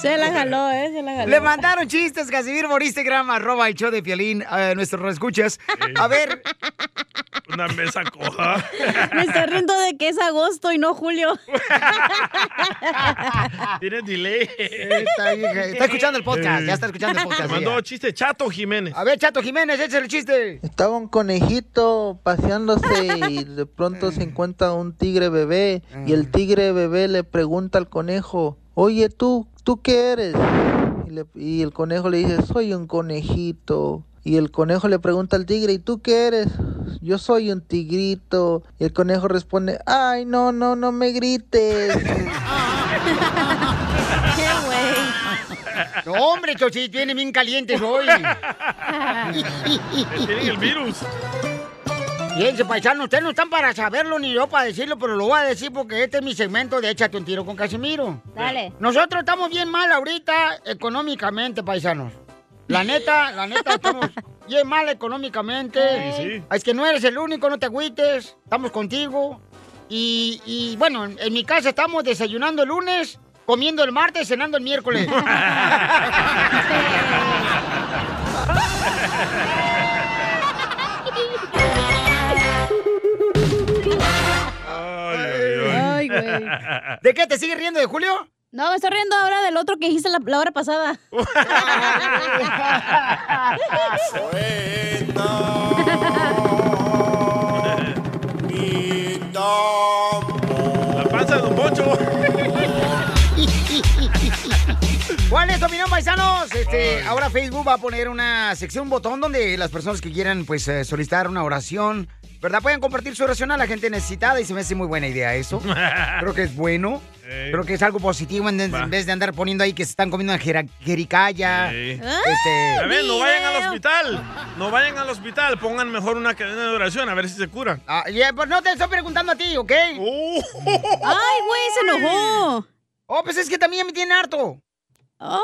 Speaker 3: Se la jaló, ¿eh? Se la jaló.
Speaker 1: Le mandaron chistes, Casimiro, por Instagram, arroba el show de Piolín, a nuestros escuchas. A ver,
Speaker 2: Una mesa coja.
Speaker 3: Me está riendo de que es agosto y no julio.
Speaker 2: Tiene delay.
Speaker 1: eh, Está, escuchando el podcast, ya está escuchando el podcast,
Speaker 2: Mandó
Speaker 1: ella.
Speaker 2: chiste Chato Jiménez.
Speaker 1: a ver, Chato Jiménez, ese es el chiste.
Speaker 16: Estaba un conejito paseándose y de pronto se encuentra un tigre bebé y
Speaker 6: Mm.
Speaker 16: el tigre bebé le pregunta al conejo, oye tú, ¿tú qué eres? Y, le- y el conejo le dice, soy un conejito. Y el conejo le pregunta al tigre, ¿y tú qué eres? Yo soy un tigrito. Y el conejo responde, ay, no, no, no me grites.
Speaker 3: ¡Qué güey!
Speaker 1: No, hombre, Chochito, viene bien caliente hoy.
Speaker 2: Tienen el virus.
Speaker 1: Fíjense, paisano, ustedes no están para saberlo ni yo para decirlo, pero lo voy a decir porque este es mi segmento de Échate un tiro con Casimiro.
Speaker 3: Dale.
Speaker 1: Nosotros estamos bien mal ahorita económicamente, paisanos. La neta, la neta, estamos bien mal económicamente.
Speaker 10: Sí, sí.
Speaker 1: Es que no eres el único, no te agüites, estamos contigo. Y, y, bueno, en, en mi casa estamos desayunando el lunes, comiendo el martes, cenando el miércoles.
Speaker 3: Ay, güey.
Speaker 1: ¿De qué te sigues riendo de Julio?
Speaker 3: No, me estoy riendo ahora del otro que dijiste la, la hora pasada.
Speaker 2: La panza de Don Poncho.
Speaker 1: ¿Cuál es tu opinión, paisanos? Este, ahora Facebook va a poner una sección, un botón donde las personas que quieran pues eh, solicitar una oración, ¿verdad? Pueden compartir su oración a la gente necesitada y se me hace muy buena idea eso. Creo que es bueno.
Speaker 10: Ey.
Speaker 1: Creo que es algo positivo en, en
Speaker 10: Va.
Speaker 1: vez de andar poniendo ahí que se están comiendo una jera- jericaya.
Speaker 2: Ey.
Speaker 1: Este,
Speaker 2: A ver, no vayan al hospital. No vayan al hospital. Pongan mejor una cadena de oración a ver si se curan.
Speaker 1: Ah, ya, pues no te estoy preguntando a ti, ¿ok?
Speaker 2: ¡Ay,
Speaker 3: güey, se enojó!
Speaker 1: Oh, pues es que también me tiene harto.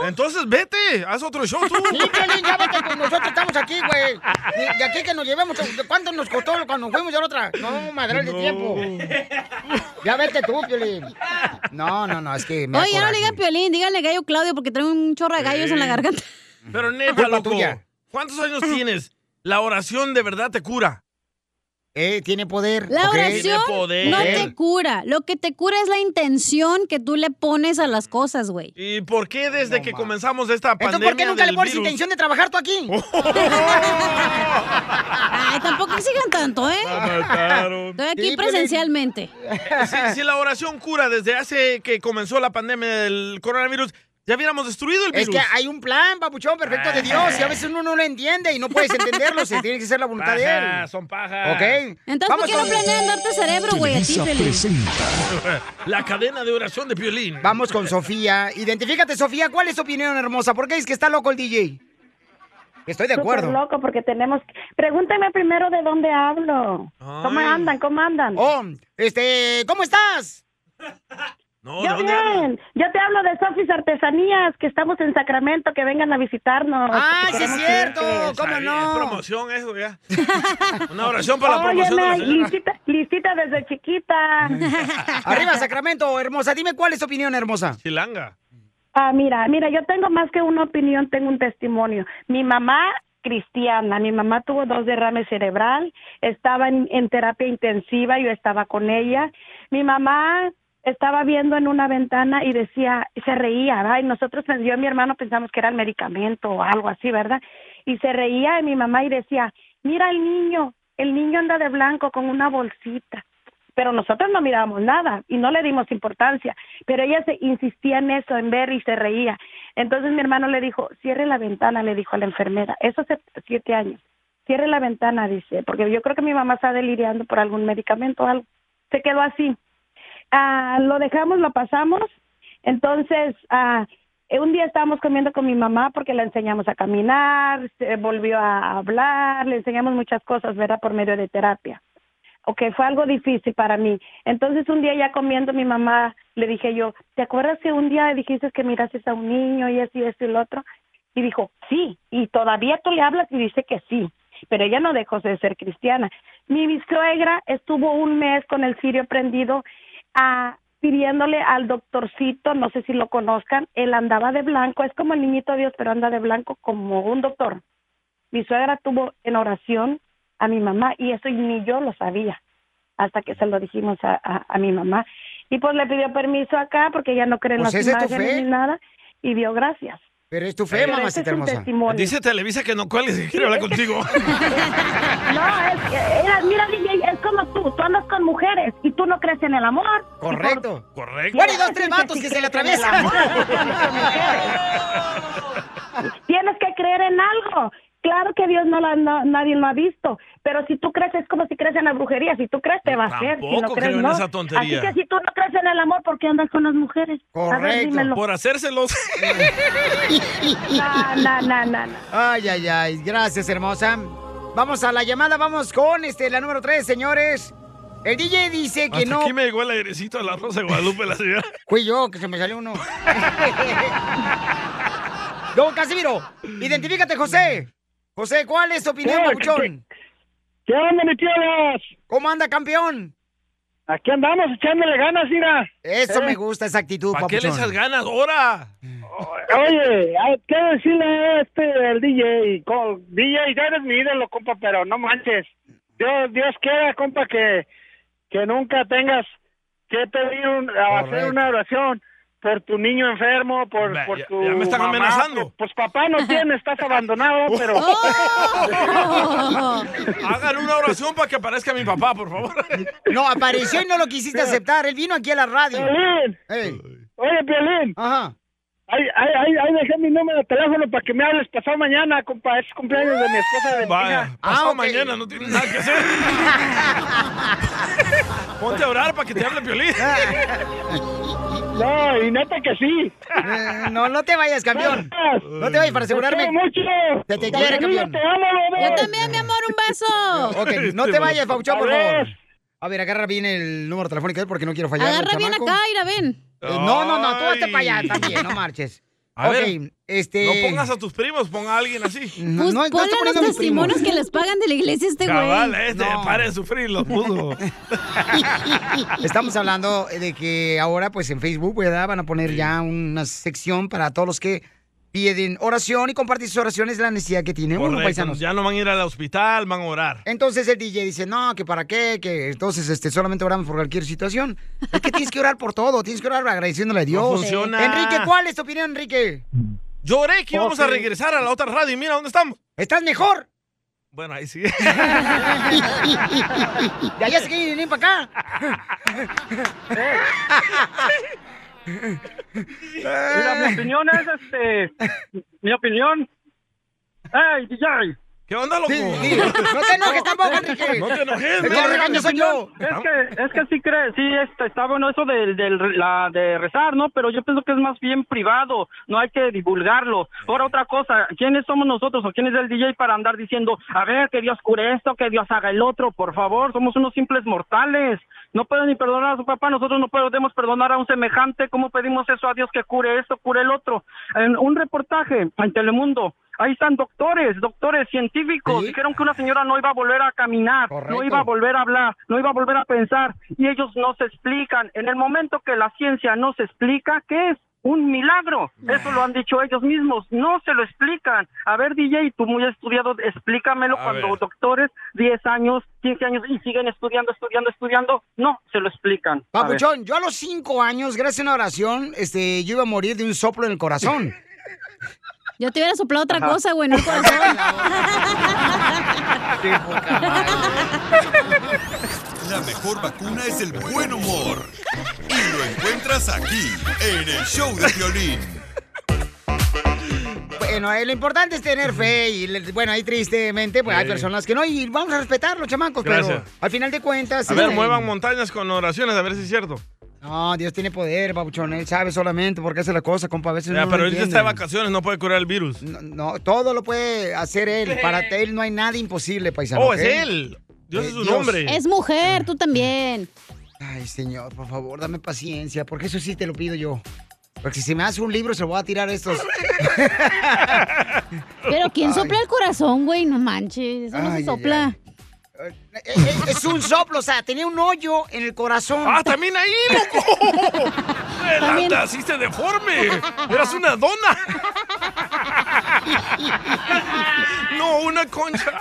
Speaker 2: Entonces vete, haz otro show tú.
Speaker 1: Sí, Piolín, ya vete con nosotros, estamos aquí, güey. De- De aquí que nos llevemos, ¿cuánto nos costó cuando nos fuimos ya la otra? No, madre de
Speaker 10: No.
Speaker 1: tiempo. Ya vete tú, Piolín. No, no, no, es que me da
Speaker 3: Oye, ya no le digas
Speaker 1: coraje.
Speaker 3: Piolín, dígale gallo Claudio porque tengo un chorro de gallos en la
Speaker 2: Sí.
Speaker 3: garganta.
Speaker 2: Pero neta, loco,
Speaker 1: eh. tuya.
Speaker 2: ¿cuántos años tienes? La oración de verdad te cura.
Speaker 1: Eh, tiene poder.
Speaker 3: La oración
Speaker 2: Tiene poder.
Speaker 3: no te cura. Lo que te cura es la intención que tú le pones a las cosas, güey.
Speaker 2: ¿Y por qué desde que comenzamos esta pandemia
Speaker 3: ¿por qué nunca le
Speaker 2: del
Speaker 3: pones
Speaker 2: virus-
Speaker 1: intención de trabajar tú aquí?
Speaker 3: Ay, tampoco exijan tanto, ¿eh?
Speaker 2: mataron.
Speaker 3: Estoy aquí
Speaker 2: Sí, Piolín.
Speaker 3: presencialmente.
Speaker 2: si, si la oración cura desde hace que comenzó la pandemia del coronavirus, ya hubiéramos destruido el
Speaker 1: Es
Speaker 2: virus.
Speaker 1: que hay un plan, papuchón, perfecto de Dios. Y a veces uno no lo entiende y no puedes entenderlo. Se tiene que ser la voluntad de
Speaker 2: Pajas,
Speaker 1: él.
Speaker 2: son pajas.
Speaker 1: ¿Ok?
Speaker 3: Entonces, ¿por qué no planean darte cerebro, güey, a ti, Piolín?
Speaker 2: La cadena de oración de Piolín.
Speaker 1: Vamos con Sofía. Identifícate, Sofía. ¿Cuál es tu opinión, hermosa? ¿Por qué es que está loco el DJ? Estoy de
Speaker 17: Súper
Speaker 1: acuerdo.
Speaker 17: loco porque tenemos... Pregúntame primero de dónde hablo. ¿Cómo
Speaker 1: Ay.
Speaker 17: andan? ¿Cómo andan?
Speaker 1: Oh, este... ¿Cómo estás?
Speaker 2: No,
Speaker 17: Yo bien. Yo te hablo de Sofis Artesanías, que estamos en Sacramento, que vengan a visitarnos.
Speaker 1: Ah,
Speaker 17: porque
Speaker 1: sí es
Speaker 17: queremos
Speaker 1: cierto.
Speaker 17: irte.
Speaker 1: ¿Cómo
Speaker 2: Es
Speaker 1: no?
Speaker 2: promoción eso ya. Una oración para la promoción
Speaker 17: Óyeme,
Speaker 2: de la señora.
Speaker 17: listita, listita desde chiquita.
Speaker 1: Arriba, Sacramento, hermosa. Dime cuál es tu opinión, hermosa.
Speaker 2: Chilanga.
Speaker 17: Ah, mira, mira, yo tengo más que una opinión, tengo un testimonio. Mi mamá cristiana, mi mamá tuvo dos derrames cerebral, estaba en, en terapia intensiva, yo estaba con ella. Mi mamá estaba viendo en una ventana y decía, se reía, ¿verdad? Y nosotros, pens- yo y mi hermano pensamos que era el medicamento o algo así, ¿verdad? Y se reía de mi mamá y decía, mira el niño, el niño anda de blanco con una bolsita pero nosotros no mirábamos nada y no le dimos importancia, pero ella se insistía en eso, en ver y se reía. Entonces mi hermano le dijo, cierre la ventana, le dijo a la enfermera, eso hace siete años, cierre la ventana, dice, porque yo creo que mi mamá está deliriando por algún medicamento o algo. Se quedó así. Ah, lo dejamos, lo pasamos, entonces ah, eh, un día estábamos comiendo con mi mamá porque la enseñamos a caminar, se volvió a hablar, le enseñamos muchas cosas, ¿verdad? Por medio de terapia ok, fue algo difícil para mí. Entonces un día ya comiendo mi mamá, le dije yo, ¿te acuerdas que un día dijiste que miraste a un niño y así, esto y lo otro? Y dijo, sí, y todavía tú le hablas y dice que sí, pero ella no dejó de ser cristiana. Mi, mi suegra estuvo un mes con el cirio prendido a pidiéndole al doctorcito, no sé si lo conozcan, él andaba de blanco, es como el niñito Dios, pero anda de blanco como un doctor mi suegra tuvo en oración a mi mamá y eso ni yo lo sabía hasta que se lo dijimos a, a- a mi mamá y pues le pidió permiso acá porque ella no cree en
Speaker 2: Pues
Speaker 17: las
Speaker 2: esa es tu
Speaker 17: imágenes
Speaker 2: fe.
Speaker 17: ni nada y dio gracias.
Speaker 1: Pero es tu
Speaker 17: fe, Pero mamacita ese es un hermosa. testimonio.
Speaker 2: Dice Televisa que no cuelgues, que quiere hablar contigo.
Speaker 17: No, es, era- mira DJ, es como tú, tú andas con mujeres y tú no crees en el amor.
Speaker 1: Correcto.
Speaker 2: Correcto.
Speaker 1: Bueno, y dos, tres vatos que se le atraviesan.
Speaker 17: Tienes que creer en algo. Claro que Dios no, la, no- nadie lo ha visto, pero si tú crees es como si crees en la brujería, si tú crees te va a hacer, si no
Speaker 2: Tampoco
Speaker 17: crees
Speaker 2: creo en
Speaker 17: no.
Speaker 2: esa tontería.
Speaker 17: Así que si tú no crees en el amor, ¿por qué andas con las mujeres? A ver, dímelo.
Speaker 2: Por hacérselos.
Speaker 17: No, no, no, no, no.
Speaker 1: Ay, ay, ay. Gracias, hermosa. Vamos a la llamada, vamos con este, la número 3, señores. El DJ dice que
Speaker 2: Hasta
Speaker 1: no.
Speaker 2: aquí me llegó el airecito de la Rosa de Guadalupe, la señora.
Speaker 1: Fui yo, que se me salió uno. Don Casimiro, identifícate, José. José, ¿cuál es tu opinión,
Speaker 18: ¿Qué?
Speaker 1: papuchón?
Speaker 18: ¿Qué onda, mi tíolas?
Speaker 1: ¿Cómo anda, campeón?
Speaker 18: Aquí andamos echándole ganas, mira.
Speaker 1: Eso
Speaker 18: Eh.
Speaker 1: me gusta, esa actitud,
Speaker 2: ¿Para qué le
Speaker 1: papuchón.
Speaker 2: echas ganas ahora?
Speaker 18: Oye, hay que decirle a este al DJ, col- DJ, ya eres mi ídolo, compa, pero no manches. Dios, Dios quiera, compa, que, que nunca tengas que pedir un- a hacer una oración por tu niño enfermo, por,
Speaker 2: Ve,
Speaker 18: por
Speaker 2: ya-
Speaker 18: tu
Speaker 2: ya me están
Speaker 18: mamá,
Speaker 2: amenazando.
Speaker 18: por- Pues papá no tiene, estás abandonado, pero...
Speaker 2: Oh. Hagan una oración para que aparezca mi papá, por favor.
Speaker 1: No, apareció y no lo quisiste aceptar. Él vino aquí a la radio.
Speaker 18: Piolín. Oye, Piolín.
Speaker 1: Ajá.
Speaker 18: Ahí, ahí, ahí, ahí dejé mi número de teléfono para que me hables pasado mañana, compa. Es cumpleaños de mi esposa de mi hija.
Speaker 2: Vaya,
Speaker 1: Ah,
Speaker 2: pasado mañana, no tienes nada que hacer. Ponte a orar para que te hable Piolín.
Speaker 1: Ah,
Speaker 18: No, y neta que sí.
Speaker 1: No, Eh, no te vayas, campeón. No te vayas para asegurarme.
Speaker 18: Te quiero mucho.
Speaker 1: Se te quiere,
Speaker 18: Camilo,
Speaker 1: campeón.
Speaker 18: te amo, Este bebé.
Speaker 3: Yo también, mi amor, un beso.
Speaker 1: Ok, no te vayas, Pauchón, por
Speaker 3: A ver.
Speaker 1: favor. A ver, agarra bien el número telefónico de él porque no quiero fallar.
Speaker 3: Agarra bien
Speaker 1: chamaco.
Speaker 3: acá, mira, ven.
Speaker 1: Eh, No, no, no, tú vas para allá también, no marches.
Speaker 2: A ver,
Speaker 1: Ok, este-
Speaker 2: no pongas a tus primos, ponga a alguien así.
Speaker 3: Pues ponle los testimonios que les pagan de la iglesia este güey.
Speaker 2: Cabal, este, pare de sufrir, lo pudo.
Speaker 1: Estamos hablando de que ahora, pues en Facebook, ¿verdad? Van a poner ya una sección para todos los que piden oración y compartir sus oraciones de la necesidad que tiene uno,
Speaker 2: Correcto,
Speaker 1: paisanos.
Speaker 2: Ya no van a ir al hospital, van a orar.
Speaker 1: Entonces el DJ dice, no, que para qué, que entonces este, solamente oramos por cualquier situación. Es que tienes que orar por todo, tienes que orar agradeciéndole a Dios.
Speaker 2: funciona.
Speaker 1: Enrique, ¿cuál es tu opinión, Enrique?
Speaker 2: Lloré que íbamos a
Speaker 1: Ok.
Speaker 2: regresar a la otra radio y mira dónde estamos.
Speaker 1: ¿Estás mejor?
Speaker 2: Bueno, ahí sí.
Speaker 1: De allá se quieren venir para acá.
Speaker 18: Mira, mi opinión es este. Mi opinión. ¡Ey, DJ!
Speaker 2: ¿Qué onda,
Speaker 18: loco?
Speaker 1: No te enojes tampoco, Enrique. No te enojes, El que no. regaña soy yo.
Speaker 19: Es que, es que sí, cree, sí este, está bueno eso del, del- la, de rezar, ¿no? Pero yo pienso que es más bien privado, no hay que divulgarlo. Ahora, otra cosa, ¿quiénes somos nosotros o quién es el DJ para andar diciendo, a ver, que Dios cure esto, que Dios haga el otro? Por favor, somos unos simples mortales. No pueden ni perdonar a su papá, nosotros no podemos perdonar a un semejante. ¿Cómo pedimos eso a Dios que cure esto, cure el otro? En un reportaje en Telemundo. Ahí están doctores, doctores científicos. Dijeron que una señora no iba a volver a caminar, no iba a volver a hablar, no iba a volver a pensar. Y ellos no se explican. En el momento que la ciencia no se explica, ¿qué es? Un milagro. Eso lo han dicho ellos mismos. No se lo explican. A ver, DJ, tú muy estudiado, explícamelo
Speaker 18: A
Speaker 19: cuando
Speaker 18: ver.
Speaker 19: doctores, 10 años, 15 años, y siguen estudiando, estudiando, estudiando. No, se lo explican. A ver.
Speaker 1: Papuchón, yo a los cinco años, gracias a una oración, este, yo iba a morir de un soplo en el corazón.
Speaker 3: Yo te hubiera soplado otra
Speaker 1: Ajá.
Speaker 3: cosa, güey, no el corazón.
Speaker 8: La mejor vacuna es el buen humor. Y lo encuentras aquí, en el show de violín.
Speaker 1: Bueno, eh, lo importante es tener fe y, le- bueno, ahí tristemente, pues hay
Speaker 2: Sí.
Speaker 1: personas que no, y vamos a respetar los chamacos, pero
Speaker 2: Gracias.
Speaker 1: al final de cuentas...
Speaker 2: A ver,
Speaker 1: este,
Speaker 2: muevan montañas con oraciones, a ver si es cierto.
Speaker 1: No, Dios tiene poder, Papuchón, él sabe solamente por qué hace la cosa, compa, a veces
Speaker 2: Ya,
Speaker 1: uno
Speaker 2: pero
Speaker 1: no
Speaker 2: él está de
Speaker 1: entiende.
Speaker 2: vacaciones, no puede curar el virus.
Speaker 1: No, todo lo puede hacer él, para él no hay nada imposible, paisano.
Speaker 2: Oh, es
Speaker 1: ¿ok? Eh,
Speaker 2: él. Dios es su nombre.
Speaker 3: Es mujer, tú también.
Speaker 1: Ay, señor, por favor, dame paciencia, porque eso sí te lo pido yo. Porque si me hace un libro, se lo voy a tirar a estos.
Speaker 3: Pero ¿quién
Speaker 1: Ay.
Speaker 3: sopla el corazón, güey? No manches, eso no
Speaker 1: Ay,
Speaker 3: se sopla.
Speaker 1: Eh, eh, Es un soplo, o sea, tenía un hoyo en el corazón.
Speaker 2: ¡Ah, también ahí, loco! ¡Adelante, así se deforme! ¡Eras una dona! ¡No, una concha!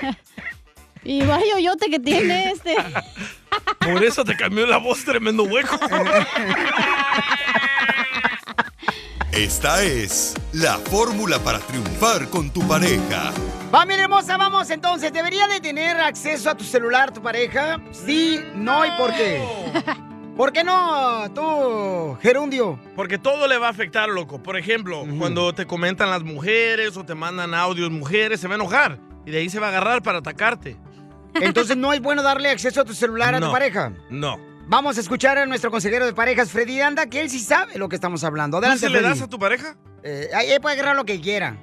Speaker 3: Y vaya hoyote que tiene este.
Speaker 2: Por eso te cambió la voz, tremendo hueco.
Speaker 8: Esta es la fórmula para triunfar con tu pareja.
Speaker 1: Familia hermosa, vamos entonces. ¿Debería de tener acceso a tu celular tu pareja? Sí, no y por qué. ¿Por qué no tú, Gerundio?
Speaker 2: Porque todo le va a afectar, loco. Por ejemplo, cuando te comentan las mujeres o te mandan audios mujeres, se va a enojar. Y de ahí se va a agarrar para atacarte.
Speaker 1: Entonces no es bueno darle acceso a tu celular a tu
Speaker 2: No.
Speaker 1: pareja.
Speaker 2: No.
Speaker 1: Vamos a escuchar a nuestro consejero de parejas, Freddy Anda, que él sí sabe lo que estamos hablando.
Speaker 2: ¿Tú
Speaker 1: Adelante,
Speaker 2: se le das
Speaker 1: Freddy.
Speaker 2: a tu pareja?
Speaker 1: Eh, ahí él puede agarrar lo que quiera.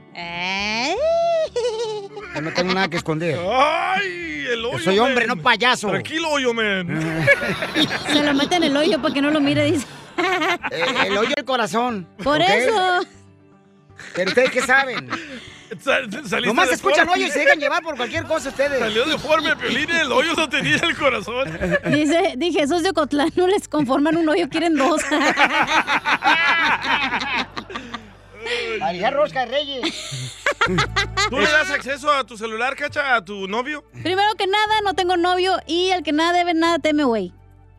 Speaker 1: Yo no tengo nada que esconder.
Speaker 2: ¡Ay! El hoyo,
Speaker 1: Yo soy hombre, no payaso.
Speaker 2: Tranquilo, hoyo, men.
Speaker 3: Se lo mete en el hoyo para que no lo mire, dice.
Speaker 1: Eh, el hoyo del corazón.
Speaker 3: Por
Speaker 1: ¿ok?
Speaker 3: eso.
Speaker 1: Pero ustedes qué saben.
Speaker 2: Sal- saliste
Speaker 1: Nomás
Speaker 2: deforme.
Speaker 1: escuchan hoyo y se dejan llevar por cualquier cosa ustedes.
Speaker 2: Salió deforme, Piolín, el hoyo lo tenía en el corazón.
Speaker 3: Dice, dije, esos de Ocotlán no les conforman un hoyo, quieren dos.
Speaker 1: María Rosca de Reyes.
Speaker 2: ¿Tú le das acceso a tu celular, cacha, a tu novio?
Speaker 3: Primero que nada, no tengo novio y el que nada debe, nada teme, güey.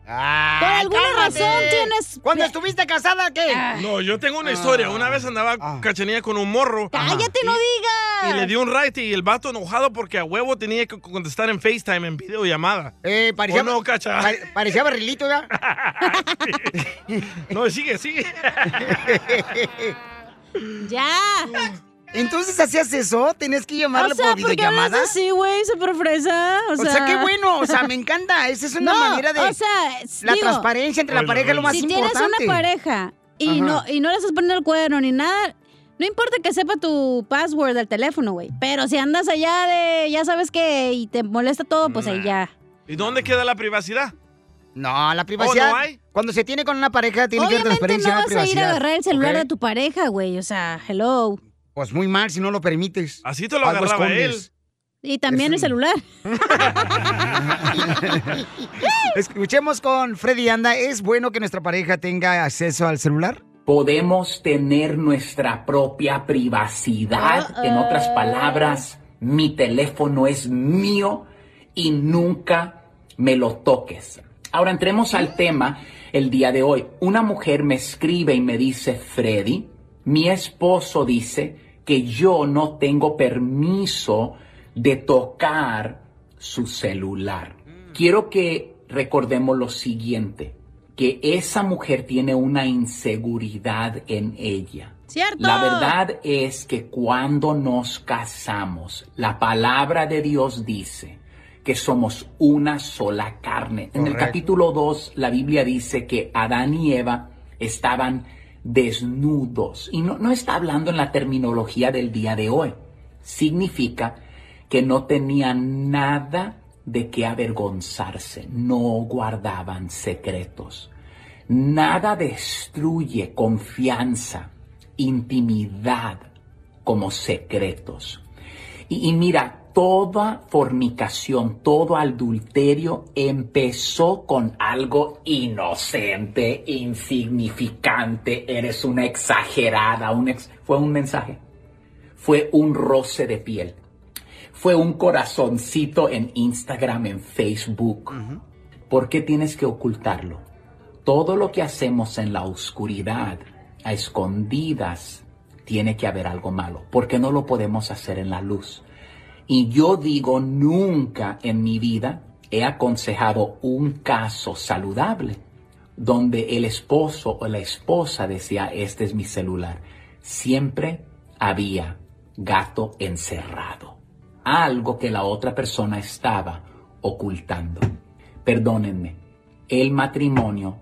Speaker 1: Ah,
Speaker 3: Por alguna
Speaker 2: cálmate.
Speaker 3: razón tienes. Ah,
Speaker 1: ¿Cuándo estuviste casada, qué?
Speaker 2: No, yo tengo una historia. Una vez andaba
Speaker 1: Ah.
Speaker 2: cachanilla con un morro.
Speaker 3: ¡Cállate, no digas!
Speaker 2: Y le dio un right y el vato enojado porque a huevo tenía que contestar en FaceTime, en videollamada.
Speaker 1: Eh, parecía-
Speaker 2: ¿O no, cacha?
Speaker 1: pa- parecía barrilito, ya.
Speaker 2: No, sigue, sigue.
Speaker 3: ¡Ya!
Speaker 1: Entonces hacías eso, tenías que llamarle
Speaker 3: O sea,
Speaker 1: por
Speaker 3: ¿por qué hablas
Speaker 1: videollamada.
Speaker 3: así, güey, súper fresa. O
Speaker 1: O sea,
Speaker 3: sea,
Speaker 1: qué bueno, o sea, me encanta. Esa es una
Speaker 3: No,
Speaker 1: manera de.
Speaker 3: o sea,
Speaker 1: la
Speaker 3: digo,
Speaker 1: transparencia entre la pareja es lo más
Speaker 3: si
Speaker 1: importante.
Speaker 3: tienes una pareja y
Speaker 1: Ajá.
Speaker 3: no, y no le estás poniendo el cuerno ni nada, no importa que sepa tu password del teléfono, güey. Pero si andas allá de, ya sabes que, y te molesta todo, pues ahí ya.
Speaker 2: ¿Y dónde queda la privacidad?
Speaker 1: No, la
Speaker 3: ¿O
Speaker 1: privacidad.
Speaker 3: no hay?
Speaker 1: Cuando se tiene con una pareja, tiene que haber
Speaker 3: Obviamente
Speaker 1: transparencia,
Speaker 3: no
Speaker 1: no,
Speaker 3: vas a ir
Speaker 1: privacidad.
Speaker 3: a agarrar el celular
Speaker 1: ¿ok?
Speaker 3: de tu pareja, güey. O sea, hello.
Speaker 1: Pues muy mal si no lo permites.
Speaker 2: Así te lo agarraba él.
Speaker 3: Y también el celular.
Speaker 1: Escuchemos con Freddy Anda. ¿Es bueno que nuestra pareja tenga acceso al celular?
Speaker 20: podemos tener nuestra propia privacidad.
Speaker 1: Uh-oh.
Speaker 20: En otras palabras, mi teléfono es mío y nunca me lo toques. Ahora entremos al tema el día de hoy. Una mujer me escribe y me dice, Freddy, mi esposo dice que yo no tengo permiso de tocar su celular. Quiero que recordemos lo siguiente, que esa mujer tiene una inseguridad en ella.
Speaker 3: ¿Cierto?
Speaker 20: La verdad es que cuando nos casamos, la palabra de Dios dice que somos una sola carne. En el
Speaker 21: Correcto.
Speaker 20: capítulo 2, la Biblia dice que Adán y Eva estaban desnudos. Y no, no está hablando en la terminología del día de hoy. Significa que no tenían nada de qué avergonzarse, no guardaban secretos. Nada destruye confianza, intimidad como secretos. Y, y mira, toda fornicación, todo adulterio empezó con algo inocente, insignificante, eres una exagerada, un ex- fue un mensaje, fue un roce de piel, fue un corazoncito en Instagram, en Facebook. ¿Por qué tienes que ocultarlo? Todo lo que hacemos en la oscuridad, a escondidas, tiene que haber algo malo, porque no lo podemos hacer en la luz. Y yo digo, nunca en mi vida he aconsejado un caso saludable donde el esposo o la esposa decía, este es mi celular. Siempre había gato encerrado, algo que la otra persona estaba ocultando. Perdónenme, el matrimonio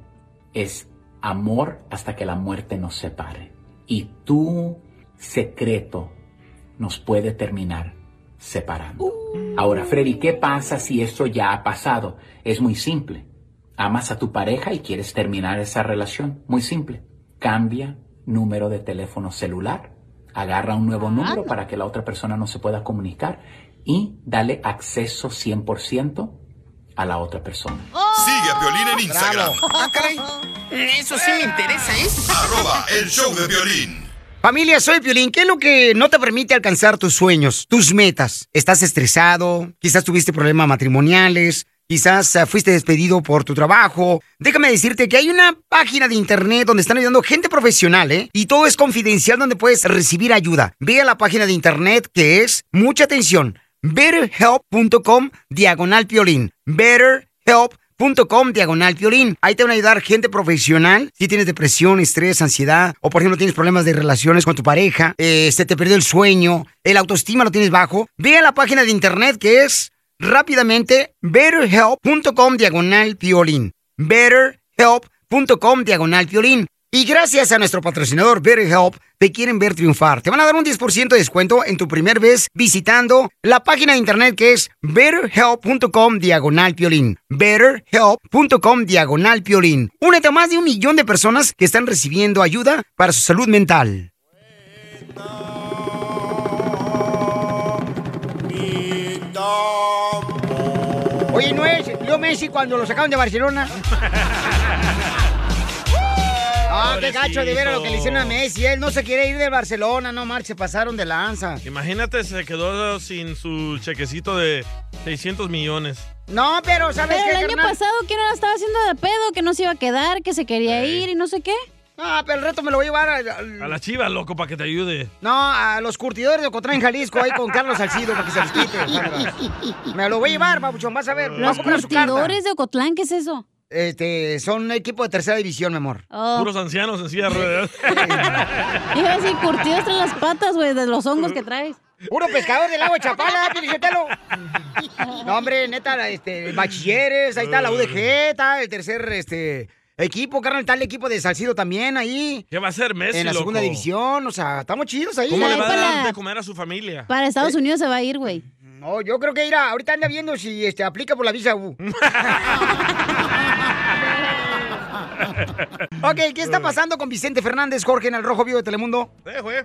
Speaker 20: es amor hasta que la muerte nos separe. Y tu secreto nos puede terminar separando. Ahora, Freddy, ¿qué pasa si esto ya ha pasado? Es muy simple. Amas a tu pareja y quieres terminar esa relación. Muy simple. Cambia número de teléfono celular, agarra un nuevo número para que la otra persona no se pueda comunicar y dale acceso 100% a la otra persona.
Speaker 8: Sigue a Violín en Instagram.
Speaker 1: Ah,
Speaker 22: Eso sí me interesa, ¿eh?
Speaker 8: Arroba el show de violín.
Speaker 1: Familia, soy Piolín. ¿Qué es lo que no te permite alcanzar tus sueños, tus metas? ¿Estás estresado? ¿Quizás tuviste problemas matrimoniales? ¿Quizás eh, fuiste despedido por tu trabajo? Déjame decirte que hay una página de internet donde están ayudando gente profesional, ¿eh? Y todo es confidencial donde puedes recibir ayuda. Ve a la página de internet que es, mucha atención, betterhelp.com diagonal piolín. BetterHelp.com diagonal piolín. Ahí te van a ayudar gente profesional. Si tienes depresión, estrés, ansiedad, o por ejemplo tienes problemas de relaciones con tu pareja, eh, se te perdió el sueño, el autoestima lo tienes bajo, ve a la página de internet que es rápidamente betterhelp.com diagonal piolín. Betterhelp.com diagonal piolín. Y gracias a nuestro patrocinador BetterHelp, te quieren ver triunfar. Te van a dar un 10% de descuento en tu primer vez visitando la página de internet que es betterhelp.com diagonal piolín. Betterhelp.com diagonal piolín. Únete a más de un millón de personas que están recibiendo ayuda para su salud mental. Oye, ¿no es Leo Messi cuando lo sacaron de Barcelona? Ah, qué gacho de ver lo que le hicieron a Messi. ¿eh? Él no se quiere ir de Barcelona, no marche, se pasaron de lanza.
Speaker 2: Imagínate, se quedó sin su chequecito de 600 millones.
Speaker 1: No, pero ¿sabes
Speaker 3: Pero
Speaker 1: qué,
Speaker 3: el año
Speaker 1: carnal?
Speaker 3: pasado que no la estaba haciendo de pedo, que no se iba a quedar, que se quería ir y no sé qué.
Speaker 1: Ah, pero el reto me lo voy a llevar a,
Speaker 2: A la chiva, loco, para que te ayude.
Speaker 1: No, a los curtidores de Ocotlán, Jalisco, ahí con Carlos Salcido, para que se los quite. Sandra. Me lo voy a llevar, papuchón, vas a ver. voy a
Speaker 3: Los
Speaker 1: comprar su carta.
Speaker 3: curtidores de Ocotlán, ¿qué es eso?
Speaker 1: Este, son un equipo de tercera división, mi amor.
Speaker 3: Oh.
Speaker 2: Puros ancianos en silla de ruedas.
Speaker 3: Iba a decir curtidos entre las patas, güey, de los hongos que traes.
Speaker 1: Puro pescador del agua Chapala, Pilicetelo. No, hombre, neta, este, bachilleres, ahí está la UDG, está el tercer este, equipo, carnal, está el equipo de Salcido también ahí.
Speaker 2: ¿Qué va a hacer Messi,
Speaker 1: en la segunda
Speaker 2: loco?
Speaker 1: división, o sea, estamos chidos ahí. Eh,
Speaker 2: ¿Cómo le va a dar de comer a su familia?
Speaker 3: Para Estados Unidos se va a ir, güey.
Speaker 1: No, yo creo que irá, ahorita anda viendo si este, aplica por la visa U. Ok, ¿qué está pasando con Vicente Fernández, Jorge, en el Rojo Vivo de Telemundo?
Speaker 2: eh.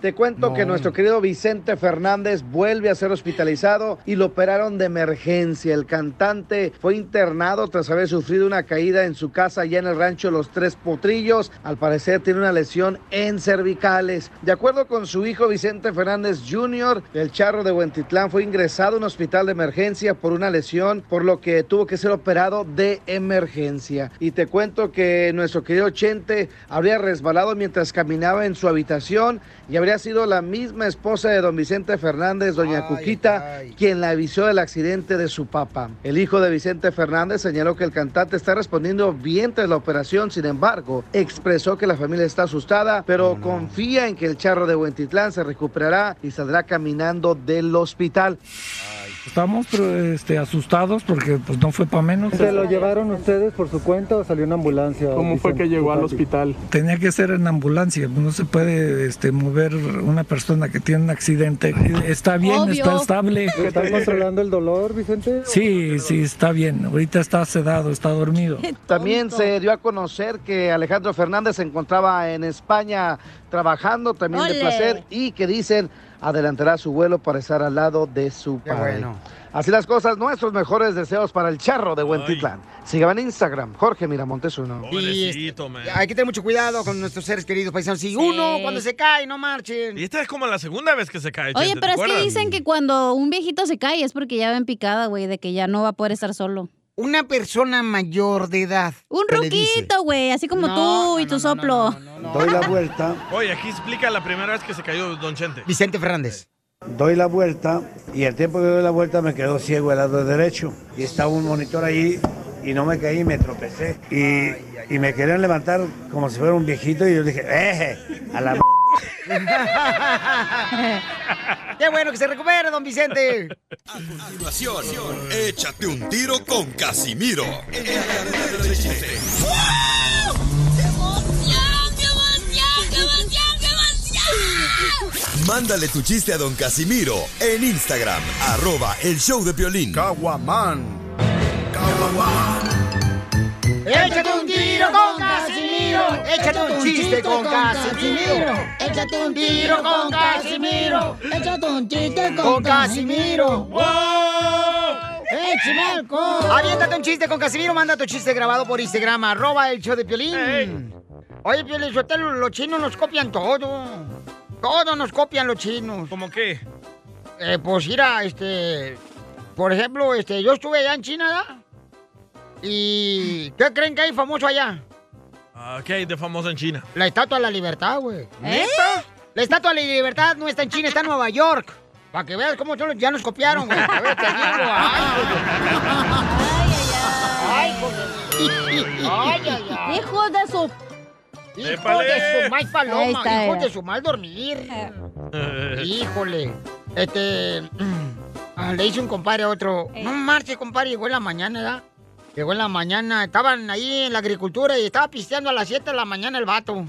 Speaker 4: Te cuento
Speaker 1: No.
Speaker 4: que nuestro querido Vicente Fernández vuelve a ser hospitalizado y lo operaron de emergencia. El cantante fue internado tras haber sufrido una caída en su casa allá en el rancho Los Tres Potrillos. Al parecer tiene una lesión en cervicales. De acuerdo con su hijo Vicente Fernández Jr., el charro de Huentitlán fue ingresado a un hospital de emergencia por una lesión, por lo que tuvo que ser operado de emergencia. Y te cuento que nuestro querido Chente habría resbalado mientras caminaba en su habitación y habría sido la misma esposa de don Vicente Fernández, doña Cuquita, quien la avisó del accidente de su papá. El hijo de Vicente Fernández señaló que el cantante está respondiendo bien tras la operación, sin embargo, expresó que la familia está asustada, pero confía en que el charro de Huentitlán se recuperará y saldrá caminando del hospital.
Speaker 5: Estamos pero, este, asustados porque pues no fue para menos.
Speaker 6: ¿Se lo llevaron ustedes por su cuenta o salió una ambulancia?
Speaker 5: ¿Cómo fue que llegó al hospital? Tenía que ser en ambulancia, no se puede este, mover una persona que tiene un accidente. Está bien,
Speaker 6: Obvio.
Speaker 5: está estable.
Speaker 6: ¿Están controlando el dolor, Vicente?
Speaker 5: Sí, sí, está bien. Ahorita está sedado, está dormido.
Speaker 4: También se dio a conocer que Alejandro Fernández se encontraba en España trabajando también
Speaker 21: ¡Ole!
Speaker 4: de placer y que dicen adelantará su vuelo para estar al lado de su padre.
Speaker 21: bueno.
Speaker 4: Así las cosas, nuestros mejores deseos para el charro de Huentitlán. Síganme en Instagram, Jorge Miramontes uno.
Speaker 1: este,
Speaker 2: Pobrecito, man.
Speaker 1: Hay que tener mucho cuidado con nuestros seres queridos paisanos. Si uno, cuando se cae, no marchen.
Speaker 2: Y esta es como la segunda vez que se cae.
Speaker 3: Oye,
Speaker 2: Chente, ¿te
Speaker 3: pero es que
Speaker 2: acuerdas?
Speaker 3: dicen que cuando un viejito se cae es porque ya va en picada, güey, de que ya no va a poder estar solo.
Speaker 1: Una persona mayor de edad.
Speaker 3: Un
Speaker 1: ¿Qué le dice?
Speaker 3: ruquito, güey, así como
Speaker 1: No,
Speaker 3: tú y tu soplo.
Speaker 6: Doy la vuelta,
Speaker 2: Oye, aquí explica la primera vez que se cayó Don Chente.
Speaker 1: Vicente Fernández.
Speaker 6: doy la vuelta y el tiempo que doy la vuelta me quedó ciego el lado derecho. Y estaba un monitor allí y no me caí, me tropecé. Y, y me querían levantar como si fuera un viejito y yo dije, ¡eh! A la m-".
Speaker 1: Qué bueno que se recupere, don Vicente.
Speaker 8: Continuación, échate un tiro con Casimiro. Mándale tu chiste a don Casimiro en Instagram, arroba el show de violín. Caguaman.
Speaker 10: Échate un tiro con Casimiro.
Speaker 1: Échate un chiste con Casimiro.
Speaker 10: Échate un tiro con Casimiro. Échate un chiste
Speaker 1: Con
Speaker 10: con Casimiro.
Speaker 1: ¡Wow! Aviéntate un chiste con Casimiro, manda tu chiste grabado por Instagram, arroba el show de Piolín. Oye, Piolín, Sotelo, los chinos nos copian todo. Todo nos copian los chinos.
Speaker 2: ¿Cómo qué?
Speaker 1: Eh, pues mira, este... Por ejemplo, este, yo estuve allá en China, ¿da? ¿Y qué creen que hay famoso allá?
Speaker 2: Ah, ¿Qué hay de famoso en China?
Speaker 1: La Estatua de la Libertad, güey.
Speaker 2: ¿Neta?
Speaker 1: La Estatua de la Libertad no está en China, está en Nueva York. Para que veas cómo son los- ya nos copiaron, güey. A ver, te digo, ay. Ay, ay, ay.
Speaker 3: Hijo de su...
Speaker 1: Hijo de su mal
Speaker 3: Ahí
Speaker 1: paloma,
Speaker 3: está,
Speaker 1: hijo
Speaker 3: era.
Speaker 1: de su mal dormir. Híjole. Este. ah, Le hice un compadre a otro. No marche, compadre, llegó en la mañana, ¿verdad? Llegó en la mañana, estaban ahí en la agricultura y estaba pisteando a las 7 de la mañana el vato.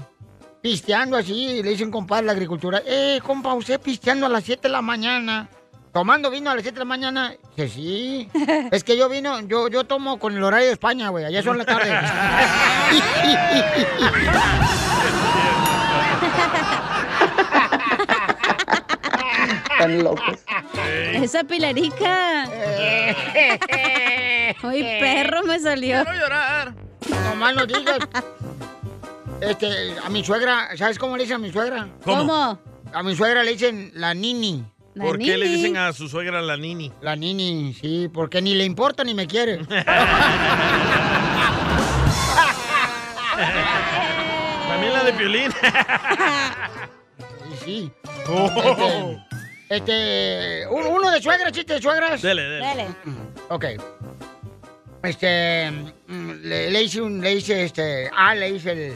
Speaker 1: Pisteando así, y le hice un compadre a la agricultura. Eh, compa, usted pisteando a las 7 de la mañana. Tomando vino a las 7 de la mañana. Que sí. Es que yo vino, yo, yo tomo con el horario de España, güey. Allá son la tarde.
Speaker 16: Tan locos.
Speaker 3: Esa pilarica.
Speaker 1: Eh.
Speaker 3: Uy, perro me salió.
Speaker 1: Quiero llorar. Nomás no digas. Este, a mi suegra, ¿sabes cómo le dicen a mi suegra?
Speaker 2: ¿Cómo? ¿Cómo?
Speaker 1: A mi suegra le dicen la nini.
Speaker 2: ¿Por qué le dicen a su suegra la nini?
Speaker 1: La nini, sí, porque ni le importa ni me quiere.
Speaker 2: También la de Piolín.
Speaker 1: Y sí. Este, este, un- uno de suegra, chiste de suegras.
Speaker 2: Dele, dele.
Speaker 1: Ok. Este, mm, le, le hice un, le hice este, ah, le hice el,